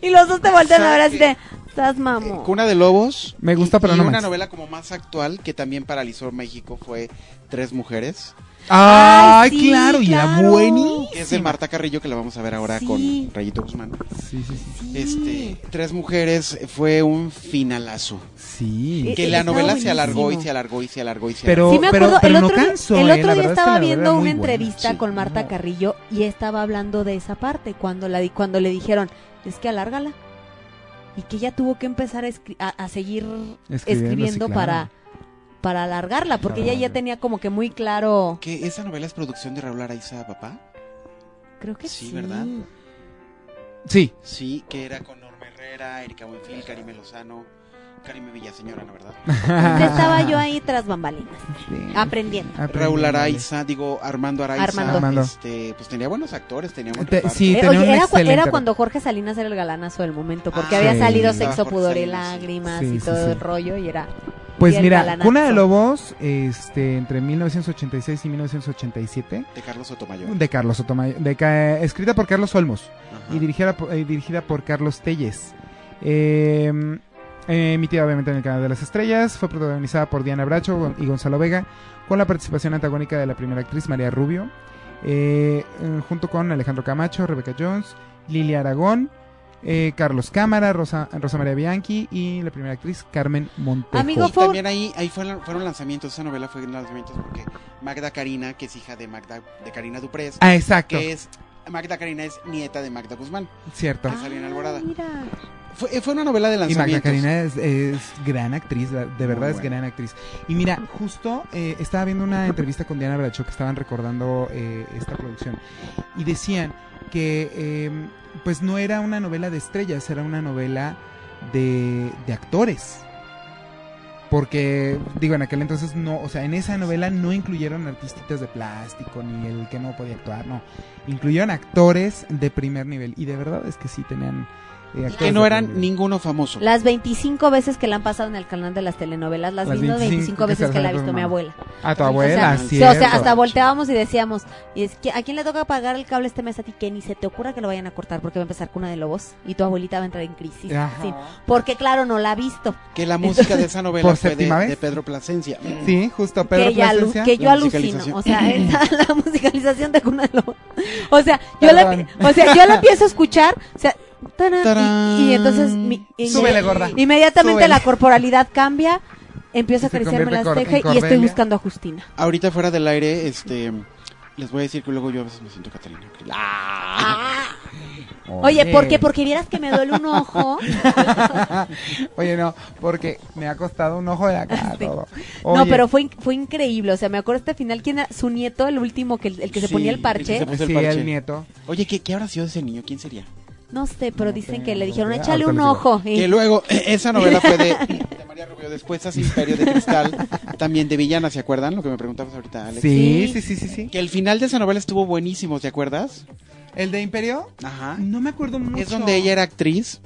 y los dos te voltean a ver así de Saque. estás Eh, mamón Cuna de Lobos. Me gusta, Y- pero y no una más. novela como más actual que también paralizó México fue Tres Mujeres. ¡Ay, sí, claro! Y era claro. buenísima. que es de Marta Carrillo, que la vamos a ver ahora Sí. con Rayito Guzmán. Sí, sí, sí. Sí. Este, Tres Mujeres fue un finalazo. Sí. Eh, Que la Está novela se alargó y buenísimo. se alargó y se alargó y se Pero- Sí me acuerdo, pero el no otro, día- canso, el eh, otro la verdad día es que estaba la novela era viendo muy una buena, entrevista sí. con Marta No. Carrillo y estaba hablando de esa parte, cuando, la, di- cuando le dijeron, es que alárgala. Y que ella tuvo que empezar a, escri- a- a seguir Escribiendo, escribiendo, sí, claro. para, para alargarla, porque Para ella ya alargar. tenía como que muy claro, ¿Que esa novela es producción de Raúl Araiza, papá? creo que sí. Sí, ¿verdad? Sí, Sí, que era con Norma Herrera, Erika Buenfil, Karime Lozano, Karime Villaseñora, la verdad. Ah, Entonces estaba [LAUGHS] yo ahí tras bambalinas, aprendiendo. Ah, Raúl Araiza, digo Armando Araiza, Armando. Armando. Este, pues tenía buenos actores, tenía buen Te- reparto. sí, Eh, tenía oye, un era, cu- excelente- era cuando Jorge Salinas era el galanazo del momento, porque Ah, había sí. salido Sí, Sexo, Jorge Pudor y Salinas, sí. Lágrimas Sí, y sí, todo sí. el rollo y era... Pues y el mira, galanazo. Cuna de Lobos, este, entre 1986 y 1987, De Carlos Sotomayor. de Carlos Sotomayor, de ca- escrita por Carlos Olmos Ajá. y dirigida por, eh, dirigida por Carlos Telles. Eh, eh, emitida obviamente en el canal de las estrellas, fue protagonizada por Diana Bracho Gon- y Gonzalo Vega, con la participación antagónica de la primera actriz María Rubio, eh, eh, junto con Alejandro Camacho, Rebeca Jones, Lilia Aragón, eh, Carlos Cámara, Rosa, Rosa María Bianchi y la primera actriz Carmen Montejo. Amigo, Y Fue- también ahí, ahí fueron, fueron lanzamientos, esa novela fue en lanzamientos porque Magda Karina, que es hija de Magda, de Karina Duprés, Ah, exacto, que es, Magda Karina es nieta de Magda Guzmán. cierto. Ah, Salina Alborada. mira. Fue, eh, fue una novela de Y Magda lanzamientos. Karina es, es gran actriz, la- de verdad es buena. gran actriz. Y mira, justo eh, estaba viendo una entrevista con Diana Bracho que estaban recordando eh, esta producción y decían que eh, pues no era una novela de estrellas, era una novela de, de actores. Porque, digo, en aquel entonces no, o sea, en esa novela no incluyeron artistitas de plástico ni el que no podía actuar, no. Incluyeron actores de primer nivel. Y de verdad es que sí tenían. eh, Y actores que de no primer eran nivel. ninguno famoso. Las 25 veces que la han pasado en el canal de las telenovelas, las, Las mismas 25 25 veces que la ha que se visto mi la abuela. A tu O sea, abuela, sí, o sea, cierto. hasta volteábamos y decíamos, y es que, ¿a quién le toca pagar el cable este mes a ti? Que ni se te ocurra que lo vayan a cortar porque va a empezar cuna de lobos y tu abuelita va a entrar en crisis. Ajá. Sí, porque claro, no la ha visto. Que la música de esa novela Por fue de, séptima vez. de Pedro Plasencia. Sí, justo, pero pues, que, ella alu- que yo La alucino. musicalización. O sea, [LAUGHS] esa- la musicalización de cuna de lobos. O sea, yo, la, Perdón. o sea, yo la empiezo a escuchar. O sea, tarán, y- Tarán. y, entonces... mi- y- Súbele, gorda. Inmediatamente Súbele. la corporalidad cambia, empiezo a Y se acariciarme convierte en las cor- en cejas y cordelia. estoy buscando a Justina. Ahorita fuera del aire, este Les voy a decir que luego yo a veces me siento Catalina Krill. Ah. Oye, ¿por qué? Porque vieras que me duele un ojo. [LAUGHS] Oye, no, porque me ha costado un ojo de [LAUGHS] acá todo. No, Oye, pero fue, in- fue increíble. O sea, me acuerdo este final, ¿quién era? Su nieto, el último, que, el el que se Sí, ponía el el que parche. se- puso el Sí, parche. el nieto. Oye, ¿qué, ¿qué habrá sido de ese niño? ¿Quién sería? No sé, pero dicen que le tengo dijeron, idea. échale un Ahorita les digo. ojo. Y- Que luego, e, esa novela fue de, de María Rubio, después hace Imperio de Cristal, también de Villana, ¿se acuerdan? Lo que me preguntabas ahorita, Alex. Sí, sí, Sí. sí, sí, sí. Que el final de esa novela estuvo buenísimo, ¿te acuerdas? ¿El de Imperio? Ajá. No me acuerdo mucho. Es donde ella era actriz,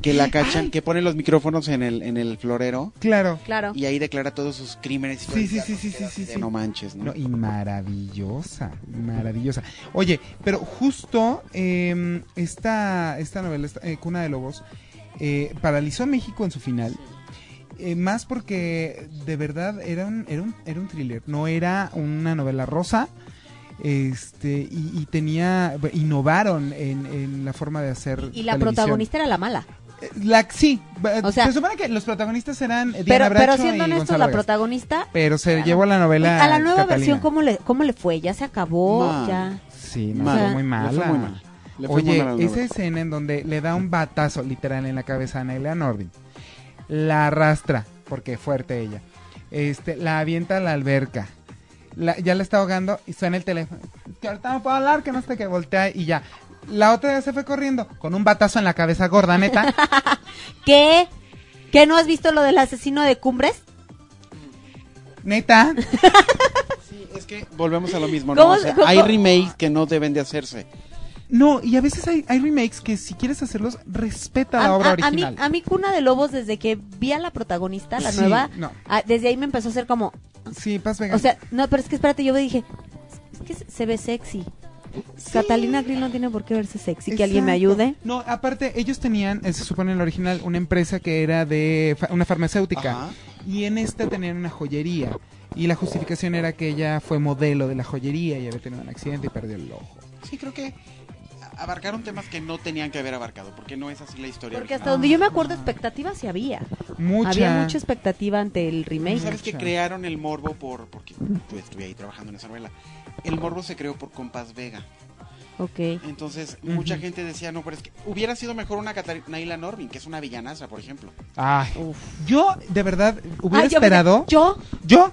que la cachan, que ponen los micrófonos en el, en el florero Claro. Claro. y ahí declara todos sus crímenes. Sí, sí, sí, y sí, queda sí, así sí, de sí. No manches, ¿no? No, y maravillosa, maravillosa. Oye, pero justo eh, esta, esta novela, esta, eh, Cuna de Lobos, eh, paralizó a México en su final. eh, más porque de verdad era un, era, un, era un thriller, no era una novela rosa. Este, y, y tenía, innovaron en, en la forma de hacer. Y la televisión. protagonista era la mala. Eh, La, sí, ba- O sea- se supone que los protagonistas eran Diana Pero, pero Bracho siendo y honestos, Gonzalo la Vegas. protagonista. pues, Pero se llevó la novela. a la nueva Catalina. versión, ¿cómo le, ¿cómo le fue? ¿Ya se acabó? Mal. ya. Sí, no, Mal. fue muy Le mala. fue muy mal. Le fue muy Oye, mal a la esa novela. escena en donde le da un batazo literal en la cabeza a Nelia Nordin, la arrastra, porque fuerte ella, este, la avienta a la alberca, la- ya la está ahogando y suena el teléfono, que ahorita no puedo hablar, que no sé qué, voltea y ya. La otra ya se fue corriendo con un batazo en la cabeza gorda, neta. ¿Qué? ¿Qué no has visto lo del asesino de Cumbres? neta. Sí, es que volvemos a lo mismo, ¿no? ¿Cómo O se- sea, cómo- hay remakes que no deben de hacerse. No, y a veces hay, hay remakes que si quieres hacerlos, respeta A, la obra a- a mí, original. a mí Cuna de Lobos, desde que vi a la protagonista, la Sí, nueva, no. ah, desde ahí me empezó a hacer como, Sí, Paz Vega. O sea, no, pero es que espérate, yo dije, es que se- se ve sexy. Catalina Krill no tiene por qué verse sexy. Que alguien me Exacto. ayude. No, aparte, ellos tenían, eh, se supone en el original, una empresa que era de fa- una farmacéutica. Ajá. Y en esta tenían una joyería. Y la justificación era que ella fue modelo de la joyería y había tenido un accidente y perdió el ojo. Sí, creo que abarcaron temas que no tenían que haber abarcado, porque no es así la historia. Porque hasta original. donde yo me acuerdo, expectativa sí había. Mucha. Había mucha expectativa ante el remake. ¿Sabes que crearon el morbo por porque yo estuve ahí trabajando en esa novela? El morbo se creó por Compás Vega. Ok. Entonces, mucha Ujú. gente decía, no, pero es que hubiera sido mejor una Naila Norvin, que es una villanaza, por ejemplo. Ay, Uf. yo, de verdad, hubiera Ay, Ah, yo me- esperado. Yo, Yo,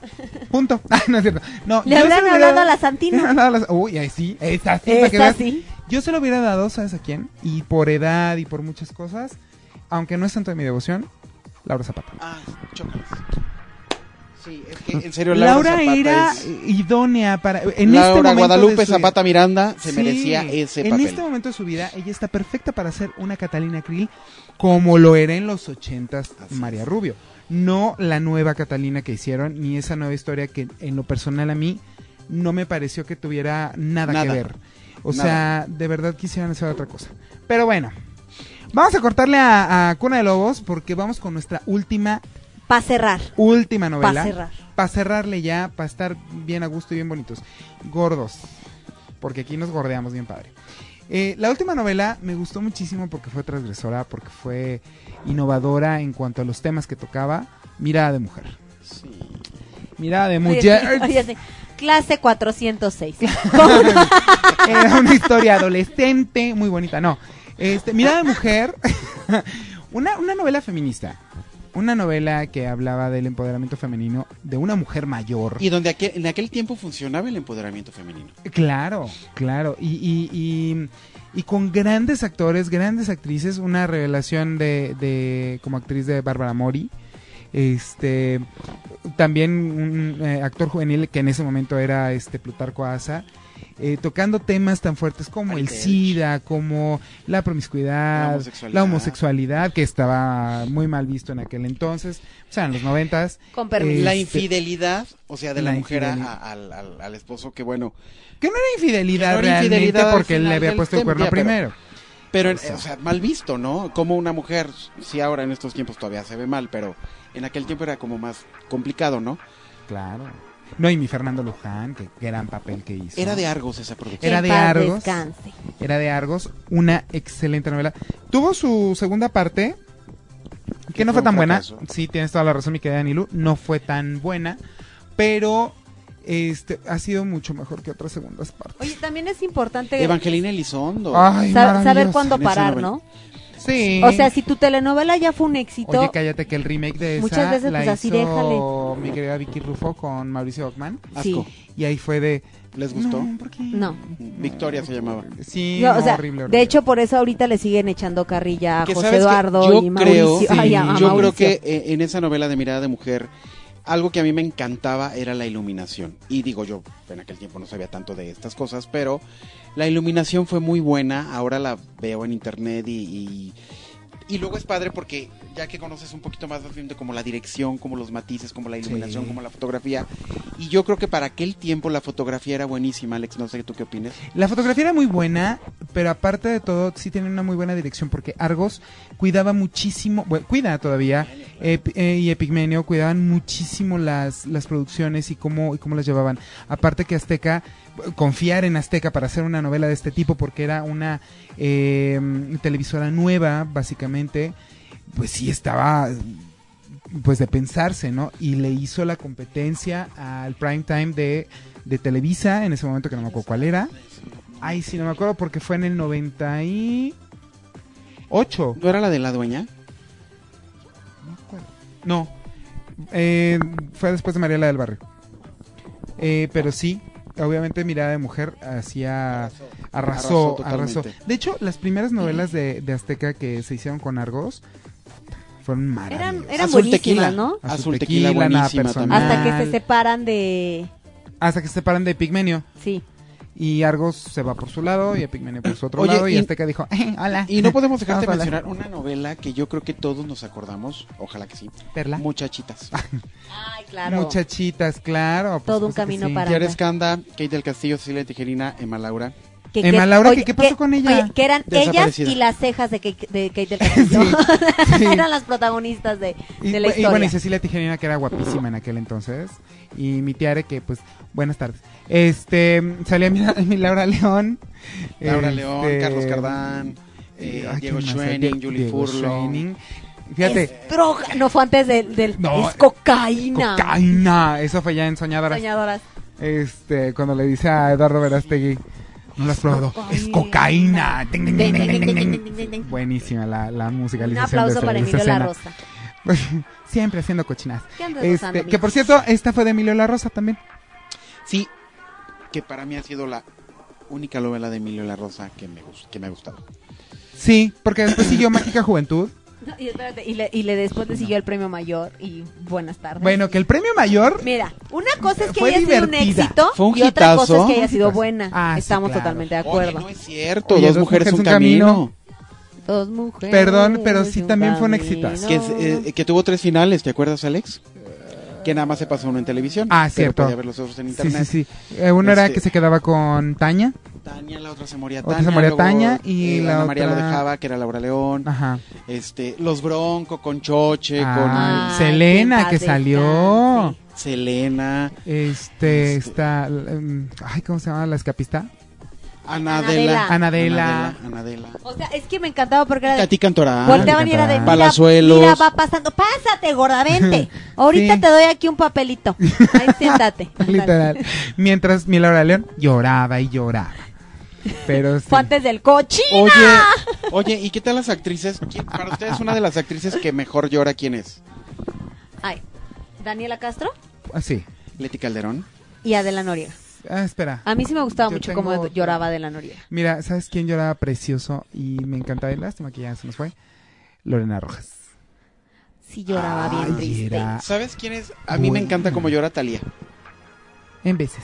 punto. [LAUGHS] Ah, no es cierto. No, le yo habrán se lo hubiera hablado a dado- [LAUGHS] la le [LAUGHS] Santina. habrán dado a las- Uy, ahí sí, es así. para que Es veas. así. Yo se lo hubiera dado, ¿sabes a quién? Y por edad y por muchas cosas, aunque no es tanto de mi devoción, Laura Zapata. Ah, chocas. Sí, es que en serio, Laura, Laura, Zapata era es- idónea para en Laura este momento Guadalupe de su- Zapata Miranda se Sí, merecía ese en papel. este momento de su vida ella está perfecta para ser una Catalina Krill como lo era en los ochentas Así es. María Rubio no la nueva Catalina que hicieron ni esa nueva historia que en lo personal a mí no me pareció que tuviera nada, que Nada. ver o Nada. sea de verdad quisieran hacer otra cosa pero bueno vamos a cortarle a, a Cuna de Lobos porque vamos con nuestra última Para cerrar. última novela Para cerrar. para cerrarle ya, para estar bien a gusto y bien bonitos. Gordos, porque aquí nos gordeamos bien padre. Eh, la última novela me gustó muchísimo porque fue transgresora, porque fue innovadora en cuanto a los temas que tocaba. Mirada de mujer. Sí. Mirada de Oye, mujer. sí, [LAUGHS] oye, sí. Clase 406. Con una- [LAUGHS] Era una historia adolescente, muy bonita, no. Este, Mirada de mujer, [LAUGHS] una, una novela feminista. Una novela que hablaba del empoderamiento femenino de una mujer mayor. Y donde aquel- en aquel tiempo funcionaba el empoderamiento femenino. Claro, claro. Y, y, y- y con grandes actores, grandes actrices, una revelación de, de- como actriz de Bárbara Mori. Este también un eh, actor juvenil que en ese momento era este Plutarco Asa, eh, tocando temas tan fuertes como Ari el Telch. SIDA, como la promiscuidad, La homosexualidad. la homosexualidad, que estaba muy mal visto en aquel entonces, o sea, en los noventas. [LAUGHS] Con permiso. Eh, La Este- infidelidad, o sea, de la, La mujer a- infidelidad. a- al, al- al esposo, que bueno. Que no era infidelidad Que no era realmente infidelidad al porque él le final había del puesto el tema, cuerno pero- primero. Pero, en- O sea. pues, o sea, mal visto, ¿no? Como una mujer, si ahora en estos tiempos todavía se ve mal, pero en aquel tiempo era como más complicado, ¿no? Claro. No, y mi Fernando Luján, que gran papel que hizo. Era de Argos esa producción. Era En de paz Argos. descanse. Era de Argos, una excelente novela. Tuvo su segunda parte, que Que no fue fue un tan buena. fracaso. Sí, tienes toda la razón, mi querida Nilu, no fue tan buena, pero este, ha sido mucho mejor que otras segundas partes. Oye, también es importante Evangelina Elizondo. Ay, sa- saber maravillosa. cuándo en esa parar, novela. ¿no? Sí. O sea, si tu telenovela ya fue un éxito, Oye, cállate que el remake de esa Muchas veces, la pues, así hizo déjale. mi querida Vicky Rufo con Mauricio Ockman sí. Asco. y ahí fue de ¿Les gustó? No, ¿por qué? No. Victoria se llamaba. Sí, No, o no, sea, horrible, horrible. de hecho por eso ahorita le siguen echando carrilla a Que Ah, José sabes que Eduardo yo y creo- Mauricio. sí, Ay, a- a Yo creo Mauricio. que eh, en esa novela de Mirada de Mujer, algo que a mí me encantaba era la iluminación. Y digo yo, en aquel tiempo no sabía tanto de estas cosas, pero la iluminación fue muy buena. Ahora la veo en internet y, y, y luego es padre porque ya que conoces un poquito más del film de como la dirección, como los matices, como la iluminación, Sí. como la fotografía. Y yo creo que para aquel tiempo la fotografía era buenísima, Alex. No sé tú qué opinas. La fotografía era muy buena, pero aparte de todo, sí tiene una muy buena dirección porque Argos cuidaba muchísimo, bueno, cuida todavía, Ep- eh, y Epigmenio cuidaban muchísimo las, las producciones y cómo, y cómo las llevaban. Aparte que Azteca, confiar en Azteca para hacer una novela de este tipo porque era una eh, televisora nueva, básicamente, pues sí estaba pues de pensarse, ¿no? Y le hizo la competencia al prime time de, de Televisa, en ese momento que no me acuerdo cuál era. Ay, sí, no me acuerdo porque fue en el 98. ¿No era la de la dueña? No, me acuerdo. No. Eh, fue después de Mariela del Barrio. Eh, pero sí, obviamente Mirada de Mujer hacía... Arrasó, Arrasó arrasó. totalmente. De hecho, las primeras novelas de, de Azteca que se hicieron con Argos puta, fueron maravillosas. Eran, eran Azul buenísimas, Tequila. ¿no? Azul Tequila, Nada buenísima Personal, Hasta que se separan de... hasta que se separan de Pigmenio. Sí. Y Argos se va por su lado y Epigmenio por su otro Oye, lado y, y- Azteca dijo, "Eh, hola. Y no podemos dejar de Vamos a mencionar una novela que yo creo que todos nos acordamos, ojalá que sí. Perla. Ah, Muchachitas. Ay, claro. Muchachitas, claro. por Todo un supuesto que camino sí. para- Kiara Escanda, Kate del Castillo, Cecilia Tijerina, Emma Laura. Que- Emma que- Laura, oye, ¿qué- qué pasó con ella? oye, que eran ellas Desaparecida. y las cejas de, Kate- de Kate [LAUGHS] del Castillo. [LAUGHS] [LAUGHS] sí. eran las protagonistas de, Y, de la bu- y historia. bueno, y Cecilia Tijerina, que era guapísima en aquel entonces. Y mi tiare, que pues, buenas tardes. Este, salía mi, [LAUGHS] mi Laura León. Laura este, León, Carlos Cardán, eh, ay, Diego ¿quién más? Schwenning, Die- Julie Diego Furlong. Schwenning. Fíjate, Droga. No, fue antes del... del No, eh, es cocaína. cocaína. Eso fue ya en Soñadoras. Soñadoras. Este, cuando le dice a Eduardo Verástegui, no lo has probado, es cocaína. Ting, ting, ting, ting, ting, ting, ting, ting, ting, ting. Buenísima la, la Un musicalización. de aplauso esa- para de esa Emilio La escena. Rosa. [LAUGHS] Siempre haciendo cochinadas. ¿Qué andas Este, rozando, que por Emilio? cierto, esta fue de Emilio La Rosa también. Sí, que para mí ha sido la única novela de Emilio La Rosa que me, gus- que me ha gustado. Sí, porque después [COUGHS] siguió Mágica Juventud. No, [LAUGHS] y, espérate, y le, y le después le siguió el premio mayor y buenas tardes. Bueno, que el premio mayor. Mira, una cosa es que Fue haya sido un divertida. éxito Fue un y otra cosa es hitazo. que haya sido Hitazo. buena. Ah, sí, Estamos claro. totalmente de Oye, acuerdo. no es cierto, Oye, dos, mujeres, un camino. Dos mujeres. Perdón, pero sí un también fue un camino. exitazo. Que, es- eh, que tuvo tres finales, ¿te acuerdas, Alex? Que nada más se pasó uno en televisión. Eh. Ah, pero cierto. podía ver los otros en Sí, internet. sí, sí. Eh, uno era Este- que se quedaba con Taña. Tania, la otra se moría Otra Tania. se moría luego, eh, Tania y la Ana María lo otra- Ah. dejaba, que era Laura León. Ajá. Este, los Bronco con Choche, Ah, Ay, Selena, en que paz salió. descanse. con Selena, Este, Este- está. mm, Ay, ¿cómo se llama la escapista? Anadela. Anadela. Anadela. Anadela. O sea, es que me encantaba porque era de... Ah, Tati Cantora. Volteaban y era de... Mira, Palazuelos. mira, va pasando. Pásate, [LAUGHS] gorda, vente. Ahorita Sí. te doy aquí un papelito. Ahí [LAUGHS] siéntate. Literal. Mientras mi Laura León lloraba y lloraba. [LAUGHS] Pero este, sí. Fue antes del coche. Oye, [LAUGHS] oye, ¿y qué tal las actrices? ¿Quién- Para ustedes, una de las actrices que mejor llora, ¿quién es? Ay, Daniela Castro Así. Leti Calderón. y Adela Noriega. Ah, espera. A mí sí me gustaba Yo mucho tengo cómo otra. lloraba Adela Noriega. Mira, ¿sabes quién lloraba precioso y me encantaba? Y lástima que ya se nos fue. Lorena Rojas. Sí lloraba bien Ay, triste. era ¿Sabes quién es? A mí me Buena. encanta cómo llora Talía. En veces.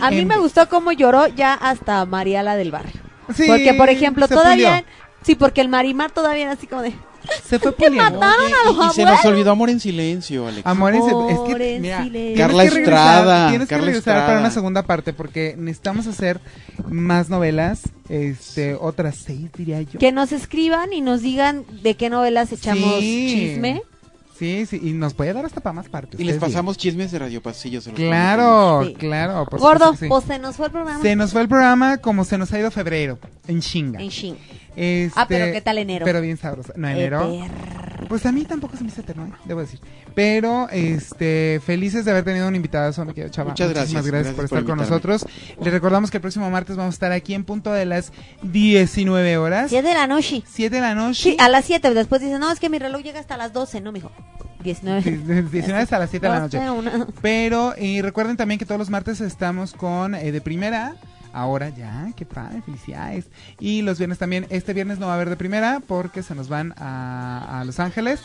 A mí En- me gustó cómo lloró ya hasta María la del barrio. Sí, porque, por ejemplo, se todavía... Sí, porque el Marimar todavía era así como de... pulió. se [LAUGHS] fue puliendo. mataron Oye, a los y, y se nos abuelos. olvidó Amor en Silencio, Alex. Amores, Amor es que en mira, silencio. tienes Carla que regresar, Estrada, tienes que Carla regresar para Estrada. una segunda parte porque necesitamos hacer más novelas, este, otras seis diría yo. Que nos escriban y nos digan de qué novelas echamos Sí. chisme. Sí, sí, y nos puede dar hasta para más partes. Y les ustedes digan. pasamos chismes de Radio Pasillo. se los Claro, Sí. claro. por Gordo, supuesto que sí. pues se nos fue el programa. Se nos fue el programa como se nos ha ido febrero, en chinga. En chin. Este, Ah, pero ¿qué tal enero? Eh, Pero bien sabroso. No, enero. Eterno. Pues a mí tampoco se me hizo eterno, ¿eh? debo decir. Pero este felices de haber tenido un invitado, mi querido Chava. Muchas Muchísimas gracias, gracias, gracias por por estar con invitarme. nosotros. Les recordamos que el próximo martes vamos a estar aquí en punto de las 19 horas. Si es de la noche. 7 de la noche. Sí, a las 7. Después dicen, no, es que mi reloj llega hasta las 12, ¿no, mijo? 19. 19 hasta las 7 de la noche. 12, una- Pero y recuerden también que todos los martes estamos con eh, de primera. Ahora ya, qué padre, felicidades. Y los viernes también. Este viernes no va a haber de primera porque se nos van a, a Los Ángeles.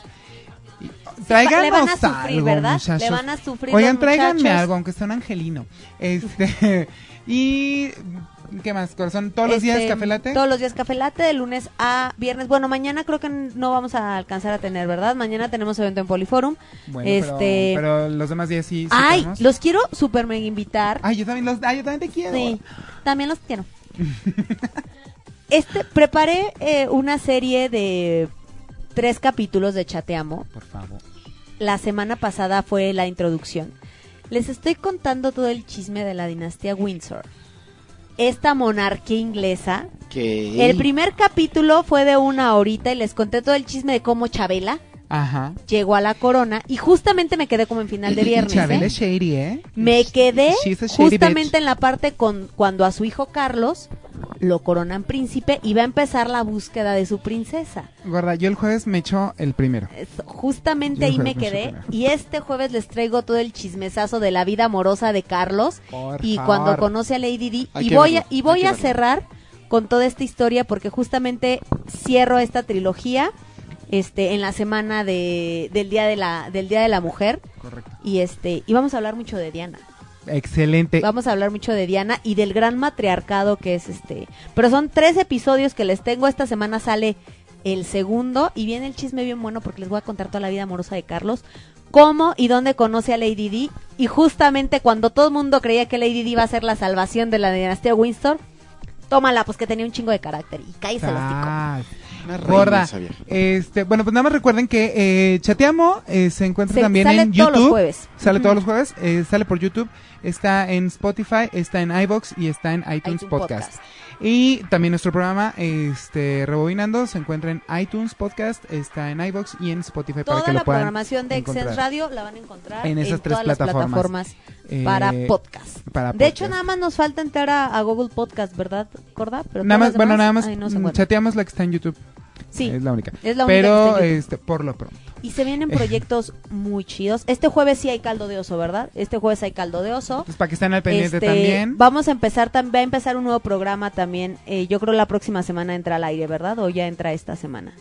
Y- le van a Tráiganos sufrir, algo, ¿verdad? muchachos. Le van a sufrir. Oigan, los tráiganme muchachos. algo, aunque sea un angelino. Este [LAUGHS] y qué más, corazón. Todos los días Este, café latte. Todos los días café late, de lunes a viernes. Bueno, mañana creo que no vamos a alcanzar a tener, ¿verdad? Mañana tenemos evento en Poliforum. Bueno, este- pero, pero los demás días sí. sí Ay, tenemos. los quiero super mega invitar. Ay, yo también los. Ay, yo también te quiero. Sí, también los quiero. Este, preparé eh, una serie de tres capítulos de Chateamo. Por favor. La semana pasada fue la introducción. Les estoy contando todo el chisme de la dinastía Windsor. Esta monarquía inglesa Que El primer capítulo fue de una horita y les conté todo el chisme de cómo Chabela Ajá. llegó a la corona y justamente me quedé como en final [CLEARS THROAT] de viernes. Chabela ¿eh? es shady, ¿eh? Me quedé She's a shady justamente bitch. en la parte con cuando a su hijo Carlos lo coronan príncipe y va a empezar la búsqueda de su princesa. Gorda, yo el jueves me echo el primero. Es- justamente Yo [LAUGHS] ahí no me sé quedé qué y este jueves les traigo todo el chismesazo de la vida amorosa de Carlos Por y favor. cuando conoce a Lady Di Hay y que voy a, verlo, y voy hay que a verlo. cerrar con toda esta historia porque justamente cierro esta trilogía este en la semana de, del día de la del día de la mujer Correcto. y este y vamos a hablar mucho de Diana Excelente. vamos a hablar mucho de Diana y del gran matriarcado que es este pero son tres episodios que les tengo esta semana sale el segundo y viene el chisme bien bueno porque les voy a contar toda la vida amorosa de Carlos cómo y dónde conoce a Lady Di y justamente cuando todo el mundo creía que Lady Di iba a ser la salvación de la dinastía Windsor tómala pues que tenía un chingo de carácter y cállese el hocico. Ah, Una reina Gorda. esa vieja. Este, bueno, pues nada más recuerden que eh, Chateamo eh, se encuentra Se- también sale en YouTube. todos los jueves. Sale todos Ujú. los jueves, eh, sale por YouTube, está en Spotify, está en iBox y está en iTunes, iTunes Podcast. Podcast. Y también nuestro programa, este, Rebobinando, se encuentra en iTunes Podcast, está en iBox y en Spotify para Toda que la lo puedan programación de Exens encontrar. Radio la van a encontrar En en, esas tres todas las plataformas. plataformas Eh, para podcast. para De hecho, podcast. nada más nos falta entrar a, a Google Podcast, ¿verdad, Corda? Pero Nada más, todas las bueno, demás, nada más ahí no se mm, encuentran. chateamos la que está en YouTube. Sí, Es la única. es la única Pero que está en este, por lo pronto. y se [LAUGHS] vienen proyectos muy chidos. Este jueves sí hay caldo de oso, ¿verdad? Este jueves hay caldo de oso. Entonces, para que estén al pendiente Este, también. Vamos a empezar, tam- va a empezar un nuevo programa también. Eh, yo creo la próxima semana entra al aire, ¿verdad? O ya entra esta semana.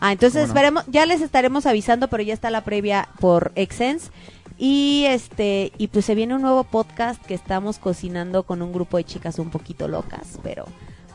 Ah, entonces ¿Cómo no? veremos, ya les estaremos avisando, pero ya está la previa por Excense. Y este, y pues se viene un nuevo podcast que estamos cocinando con un grupo de chicas un poquito locas, pero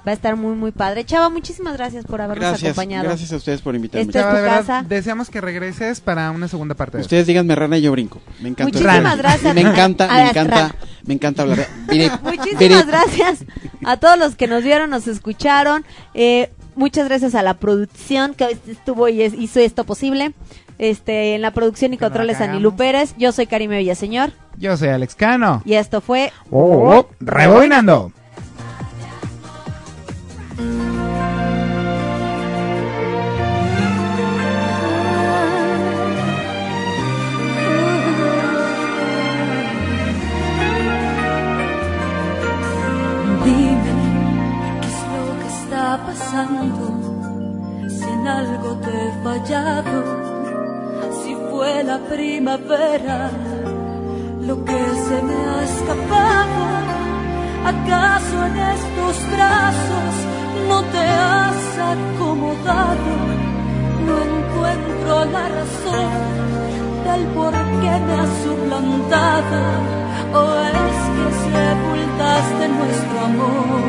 va a estar muy muy padre. Chava, muchísimas gracias por habernos Gracias, acompañado. gracias a ustedes por invitarme. Este- Chava, de tu verdad, casa. deseamos que regreses para una segunda parte. de esto. Ustedes díganme rana y yo brinco. Me encanta. Muchísimas Rana. gracias. Me encanta, A me las encanta, rana. me encanta hablar. Mire, mire, Muchísimas gracias a todos los que nos vieron, nos escucharon. Eh, muchas gracias a la producción que hoy estuvo y es- hizo esto posible. Este, en la producción y Que la controles cagamos. Anilú Pérez. Yo soy Karime Villaseñor Yo soy Alex Cano. y esto fue Oh, rebobinando. Dime qué es lo que está pasando, si en algo te he fallado, si fue la primavera lo que se me ha escapado. ¿Acaso en estos brazos no te has acomodado? No encuentro la razón del por qué me has suplantado o es que sepultaste nuestro amor.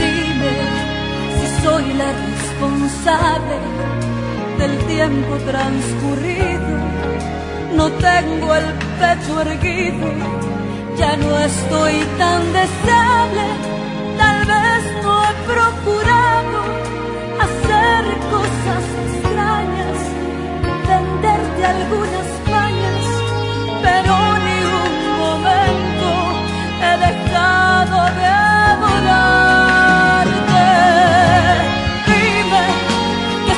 Dime si soy la responsable del tiempo transcurrido. No tengo el pecho erguido, ya no estoy tan deseable. Tal vez no he procurado hacer cosas extrañas venderte algunas mañas, pero ni un momento he dejado de adorarte. Dime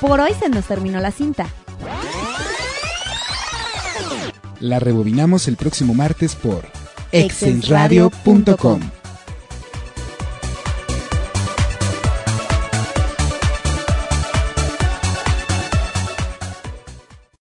Por hoy se nos terminó la cinta. La rebobinamos el próximo martes por exensradio.com. exensradio.com.